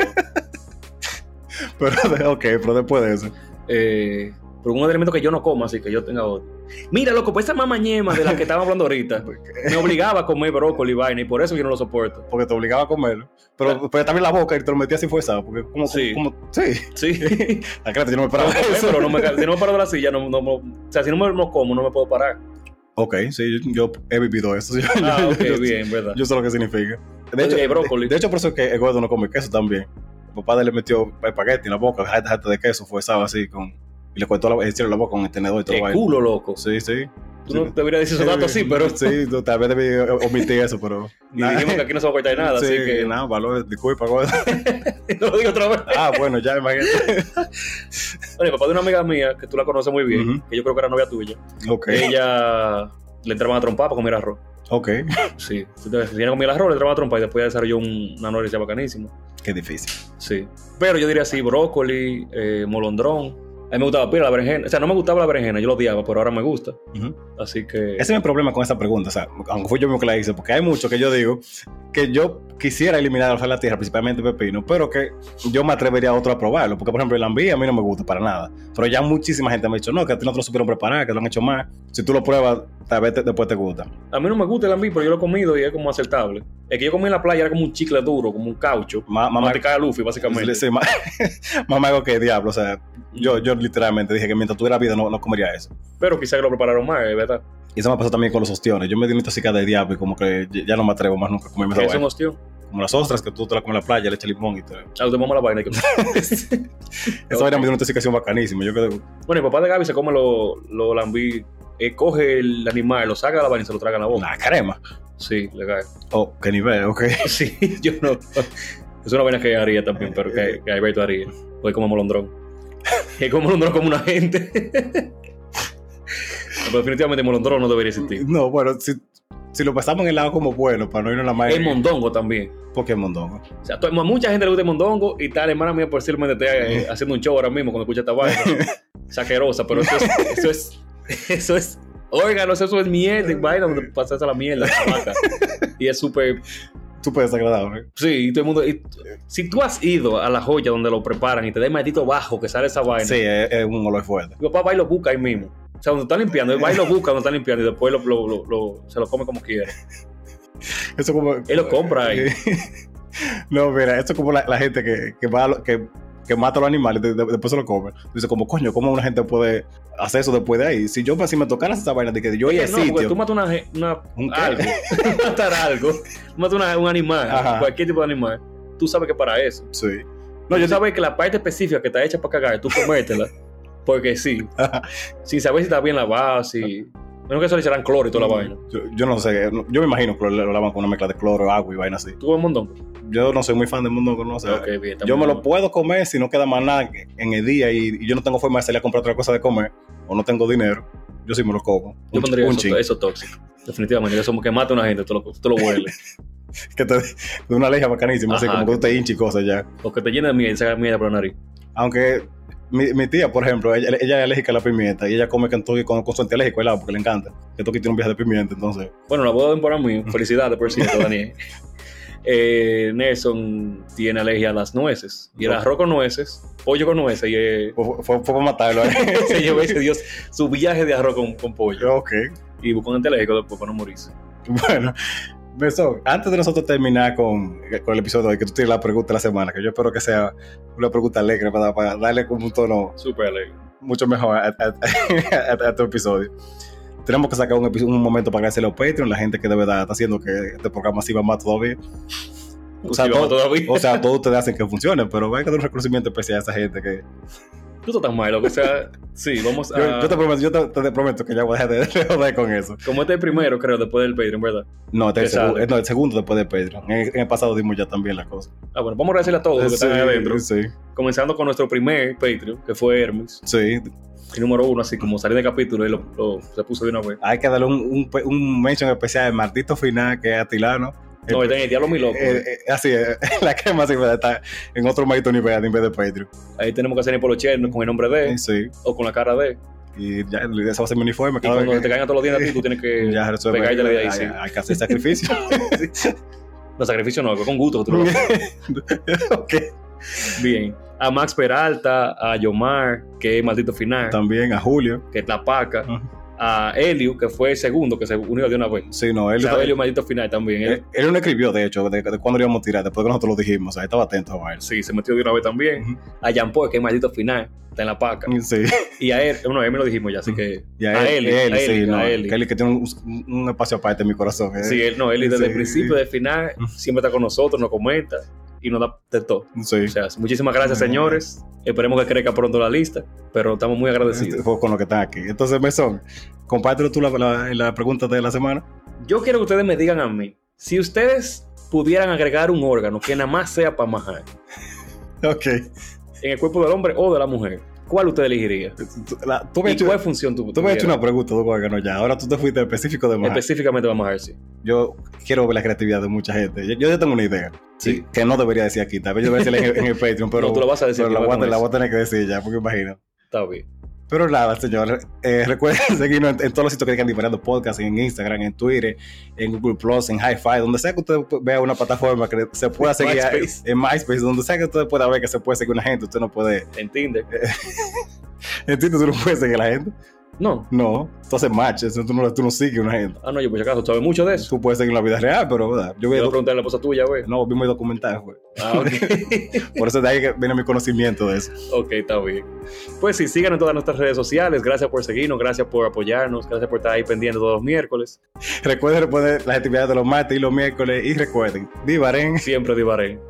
Speaker 2: pero, ok, pero después de eso.
Speaker 1: eh, por un elemento que yo no como, así que yo tenga odio. Mira, loco, pues esa mamá ñema de la que estábamos hablando ahorita me obligaba a comer brócoli y vaina y por eso yo no lo soporto.
Speaker 2: Porque te obligaba a comerlo. Pero, pero también la boca y te lo metías sin fuerza. Porque como,
Speaker 1: Sí.
Speaker 2: como, sí.
Speaker 1: Sí.
Speaker 2: La crema, yo no
Speaker 1: Pero,
Speaker 2: me paraba de eso.
Speaker 1: pero no me, ca- si no me paro de la silla, no, no- no- o sea, si no me no como, no me puedo parar.
Speaker 2: Ok, sí, yo, yo he vivido eso. Yo,
Speaker 1: Ah,
Speaker 2: yo-
Speaker 1: ok,
Speaker 2: yo-
Speaker 1: bien, ¿verdad?
Speaker 2: yo sé lo que significa. De
Speaker 1: Yo
Speaker 2: hecho,
Speaker 1: diría brócoli.
Speaker 2: De, de hecho, por eso es que el gordo no come queso también. El papá de él le metió espagueti en la boca, jata, jata de queso, fue sábado así, con, y le cortó la, el cielo en la boca con el tenedor y todo.
Speaker 1: Qué
Speaker 2: el baile.
Speaker 1: culo, loco.
Speaker 2: Sí, sí.
Speaker 1: Tú no deberías decir esos datos así, pero...
Speaker 2: Sí, no, tal vez debí eh, omitir eso, pero...
Speaker 1: Y dijimos que aquí no se va a cortar nada,
Speaker 2: sí,
Speaker 1: así que...
Speaker 2: Nada, valor, disculpa, gordo.
Speaker 1: no lo digo otra vez.
Speaker 2: Ah, bueno, ya imagínate.
Speaker 1: Bueno, el papá de una amiga mía, que tú la conoces muy bien,
Speaker 2: Ujú.
Speaker 1: que yo creo que era novia tuya,
Speaker 2: Ok,
Speaker 1: Eh, ella le entraban a trompar para comer arroz.
Speaker 2: ok.
Speaker 1: Sí. Entonces, si ella comía el arroz, le entraban a trompar y después ella desarrolló un- una anorexia bacanísima.
Speaker 2: Qué difícil.
Speaker 1: Sí. Pero yo diría así, brócoli, eh, molondrón. A mí me gustaba pila la berenjena. O sea, no me gustaba la berenjena, yo lo odiaba, pero ahora me gusta.
Speaker 2: Ujú.
Speaker 1: Así que...
Speaker 2: Ese es mi problema con esa pregunta, o sea, aunque fui yo mismo que la hice, porque hay mucho que yo digo que yo quisiera eliminar al de la tierra, principalmente pepino, pero que yo me atrevería a otro a probarlo, porque por ejemplo el lambí a mí no me gusta para nada, pero ya muchísima gente me ha dicho, no, que a ti no te lo supieron preparar, que lo han hecho mal, si tú lo pruebas, tal vez te- después te gusta.
Speaker 1: A mí no me gusta el ambi, pero yo lo he comido y es como aceptable. El que yo comí en la playa era como un chicle duro, como un caucho.
Speaker 2: Ma- Mamá,
Speaker 1: Mamá te cae a Luffy, básicamente.
Speaker 2: sí, ma- mamá, digo que diablo, o sea, yo, yo literalmente dije que mientras tuviera vida no, no comería eso.
Speaker 1: Pero quizás lo prepararon mal, es ¿verdad?
Speaker 2: Y eso me pasó también con los ostiones, yo me di una tóxica de diablo y como que ya no me atrevo más nunca a comerme esa
Speaker 1: Es un
Speaker 2: vaina.
Speaker 1: ostión.
Speaker 2: Como las ostras que tú te las comes en la playa, le echas limón y te...
Speaker 1: Ah, te mama la vaina.
Speaker 2: Esa vaina me dio una intoxicación bacanísima. Yo quedé,
Speaker 1: Bueno, el papá de Gaby se come los lo lambí, eh, coge el animal, lo saca de la vaina y se lo traga en la boca.
Speaker 2: "Oh, la crema.
Speaker 1: Sí, le cae.
Speaker 2: Oh, qué nivel, ok.
Speaker 1: Sí, yo no. Es una vaina que haría también, pero que, que Alberto haría. Pues como molondrón. Es como molondrón como una gente. Pero definitivamente molondrón no debería existir.
Speaker 2: No, bueno, si, si lo pasamos en el lado como bueno, para no irnos a la madre.
Speaker 1: El mondongo también.
Speaker 2: Pokémon Dongo.
Speaker 1: O sea, to- a mucha gente le gusta el mondongo y tal, hermana mía, por si me está eh, haciendo un show ahora mismo cuando escucha esta vaina. Saquerosa, pero eso es, eso es, eso es oigan, no eso es mierda, y vaina donde pasas a la mierda, chamaca. Y es súper
Speaker 2: Súper desagradable.
Speaker 1: Sí, y todo el mundo. y- si tú has ido a la joya donde lo preparan y te da el maldito bajo que sale esa vaina,
Speaker 2: Sí, es, es un olor fuerte.
Speaker 1: mi papá va y lo busca ahí mismo. O sea, donde está limpiando, él va y lo busca donde está limpiando y después lo, lo- lo- lo- se lo come como quiera.
Speaker 2: Eso como.
Speaker 1: Él lo compra ahí.
Speaker 2: no, mira, esto es como la, la gente que, que va a lo- que, que mata a los animales y de- de- después se lo come. Dice, como, coño, ¿cómo una gente puede hacer eso después de ahí? Si yo si me tocara esa vaina de que yo
Speaker 1: Oye,
Speaker 2: iba al
Speaker 1: no, porque
Speaker 2: sitio.
Speaker 1: tú matas una, ge- una-
Speaker 2: ¿Un qué?
Speaker 1: algo, matar algo, tú matas una- un animal,
Speaker 2: Ajá.
Speaker 1: cualquier tipo de animal, tú sabes que para eso.
Speaker 2: Sí.
Speaker 1: No, yo sabes que la parte específica que está hecha para cagar, tú comértela, porque sí, sin saber si está bien lavada, si... Menos que eso le echarán cloro y toda la vaina.
Speaker 2: Yo, yo no sé, no- yo me imagino que lo, lo lavan con una mezcla de cloro, agua y vaina así.
Speaker 1: ¿Tú ves un montón?
Speaker 2: Yo no soy muy fan del mundo, no sé.
Speaker 1: Ok, bien, está
Speaker 2: Yo me
Speaker 1: muy
Speaker 2: lo
Speaker 1: bien.
Speaker 2: puedo comer si no queda más nada en el día y, y yo no tengo forma de salir a comprar otra cosa de comer o no tengo dinero. Yo sí me lo como.
Speaker 1: Yo
Speaker 2: Un-
Speaker 1: pondría
Speaker 2: un
Speaker 1: eso, eh.
Speaker 2: chin.
Speaker 1: eso tóxico. Definitivamente, eso como que mata a una gente, tú lo, tú lo hueles.
Speaker 2: Que te de una leja bacanísima, así
Speaker 1: Ajá,
Speaker 2: como que
Speaker 1: que
Speaker 2: tú te hinchas y cosas ya.
Speaker 1: O que te llena de mierda y saca mierda por la nariz.
Speaker 2: Aunque mi, mi tía, por ejemplo, ella, ella es alérgica a la pimienta y ella come Kentucky con, con su antialérgico helado porque le encanta. Kentucky tiene un viaje de pimienta, entonces.
Speaker 1: Bueno, la boda de temporada mí. Felicidades, por cierto, Daniel. Eh, Nelson tiene alergia a las nueces. Y el arroz con nueces, pollo con nueces. Y eh,
Speaker 2: Fue, fue- fue para matarlo. ¿eh?
Speaker 1: se llevó ese Dios su viaje de arroz con, con pollo.
Speaker 2: Yo, ok.
Speaker 1: Y buscó un antialérgico después para no morirse.
Speaker 2: Bueno, Beso, antes de nosotros terminar con, con el episodio de hoy, que tú tienes la pregunta de la semana, que yo espero que sea una pregunta alegre para, para darle como un tono
Speaker 1: Súper alegre.
Speaker 2: mucho mejor a, a- a- a tu episodio. Tenemos que sacar un, epi- un momento para agradecerle a los Patreon, la gente que de verdad está haciendo que este programa sirva más todavía. O sea,
Speaker 1: Sí,
Speaker 2: todo-
Speaker 1: vamos todavía.
Speaker 2: O sea, todos ustedes hacen que funcione, pero hay que dar un reconocimiento especial a esa gente que...
Speaker 1: Tú estás mal, loco. O sea, sí, vamos
Speaker 2: Yo,
Speaker 1: a.
Speaker 2: yo te prometo, yo te, te prometo que ya voy a dejar de de joder con eso.
Speaker 1: Como este es el primero, creo, después del Patreon, ¿verdad?
Speaker 2: No, este es el,
Speaker 1: Exacto.
Speaker 2: segundo, no, el segundo después de Patreon. En, en el pasado dimos ya también la cosa.
Speaker 1: Ah, bueno, vamos a agradecerle a todos los que están ahí adentro.
Speaker 2: sí,
Speaker 1: Comenzando con nuestro primer Patreon, que fue Hermes.
Speaker 2: sí.
Speaker 1: Y número uno, así como salí de capítulo y lo, lo- se puso de una vez.
Speaker 2: Hay que darle un, un, pe- un mention especial al Martito Final, que es Atilano.
Speaker 1: No, está en el diablo mi loco.
Speaker 2: Eh, eh, así es, la crema siempre está en otro maldito nivel en vez de Patreon.
Speaker 1: Ahí tenemos que hacer el polocher ¿no? con el nombre de,
Speaker 2: Eh, Sí,
Speaker 1: o con la cara de.
Speaker 2: y ya ese va a ser mi uniforme.
Speaker 1: Y
Speaker 2: Cada
Speaker 1: cuando
Speaker 2: vez
Speaker 1: te
Speaker 2: que,
Speaker 1: caigan a todos los días a ti, tú tienes que
Speaker 2: ya eso es-
Speaker 1: pegarte de ahí,
Speaker 2: hay,
Speaker 1: sí.
Speaker 2: hay que hacer sacrificio.
Speaker 1: No, sacrificio no, con gusto que tú lo hagas.
Speaker 2: Ok.
Speaker 1: Bien. A Max Peralta, a Yomar, que es maldito final,
Speaker 2: También a Julio.
Speaker 1: que es la paca.
Speaker 2: Ujú.
Speaker 1: A Eliu, que fue el segundo que se unió de una vez.
Speaker 2: Sí, no, él, Eh.
Speaker 1: O sea,
Speaker 2: él,
Speaker 1: Eliu, maldito final también. Él-
Speaker 2: él, no escribió, de hecho, de, de cuándo lo íbamos a tirar, después que nosotros lo dijimos. O sea, estaba atento a él.
Speaker 1: sí, se metió de una vez también.
Speaker 2: Ujú.
Speaker 1: A Jean Paul, que es maldito final, está en la paca.
Speaker 2: Sí,
Speaker 1: Y a él, bueno, a él me lo dijimos ya, así
Speaker 2: Ujú.
Speaker 1: que.
Speaker 2: y a,
Speaker 1: A
Speaker 2: él,
Speaker 1: Eli,
Speaker 2: y a él,
Speaker 1: a
Speaker 2: sí,
Speaker 1: Eli,
Speaker 2: no,
Speaker 1: a Eli.
Speaker 2: que él que tiene un, un espacio aparte en mi corazón. eh.
Speaker 1: Sí, él no, él desde
Speaker 2: Sí.
Speaker 1: el principio, desde el final, siempre está con nosotros, nos comenta y nos da de todo.
Speaker 2: sí.
Speaker 1: O sea, muchísimas gracias, señores. Esperemos que crezca pronto la lista, pero estamos muy
Speaker 2: Este,
Speaker 1: agradecidos.
Speaker 2: fue con lo que están aquí. Entonces, Mesón, compártelo tú la, la, la pregunta de la semana.
Speaker 1: Yo quiero que ustedes me digan a mí, si ustedes pudieran agregar un órgano que nada más sea para majar
Speaker 2: Ok.
Speaker 1: en el cuerpo del hombre o de la mujer, ¿cuál usted elegiría?
Speaker 2: Tú- la- tú me has
Speaker 1: ¿Y
Speaker 2: hecho-
Speaker 1: cuál función tú,
Speaker 2: Tú me has hecho
Speaker 1: tuvieras?
Speaker 2: una pregunta, tú como que no, ya. Ahora tú te fuiste específico de más.
Speaker 1: específicamente para majar? Sí.
Speaker 2: Yo quiero ver la creatividad de mucha gente. Yo, yo ya tengo una idea.
Speaker 1: Sí.
Speaker 2: Que no debería decir aquí. Tal vez yo debería decirla en, el- en el Patreon, pero,
Speaker 1: no, tú lo vas a decir.
Speaker 2: pero la,
Speaker 1: que
Speaker 2: voy a,
Speaker 1: con
Speaker 2: la
Speaker 1: eso.
Speaker 2: voy a tener que decir ya, porque imagino.
Speaker 1: Está bien.
Speaker 2: Pero nada, señores, eh, recuerden seguirnos en, en todos los sitios que digan disparando podcast, en Instagram, en Twitter, en Google Plus, en Hi-Fi, donde sea que usted vea una plataforma que se pueda seguir
Speaker 1: MySpace.
Speaker 2: en MySpace, donde sea que usted pueda ver que se puede seguir una gente, usted no puede,
Speaker 1: ¿En Tinder?
Speaker 2: ¿entiendes? Tú no puedes seguir a la gente.
Speaker 1: No.
Speaker 2: No, tú haces matches, tú no, tú no sigues a una gente.
Speaker 1: Ah, no, yo por si acaso, ¿sabes mucho de eso?
Speaker 2: Tú puedes seguir la vida real, pero ¿verdad? yo
Speaker 1: Yo
Speaker 2: vi,
Speaker 1: voy a preguntarle a la esposa tuya, güey.
Speaker 2: no, vi muy documental, güey.
Speaker 1: Ah, ok.
Speaker 2: pues. Por eso de ahí que viene mi conocimiento de eso.
Speaker 1: Ok, está bien. Pues sí, síganos en todas nuestras redes sociales. Gracias por seguirnos, gracias por apoyarnos, gracias por estar ahí pendiente todos los miércoles.
Speaker 2: Recuerden reponer las actividades de los martes y los miércoles y recuerden, divaren.
Speaker 1: Siempre divaré.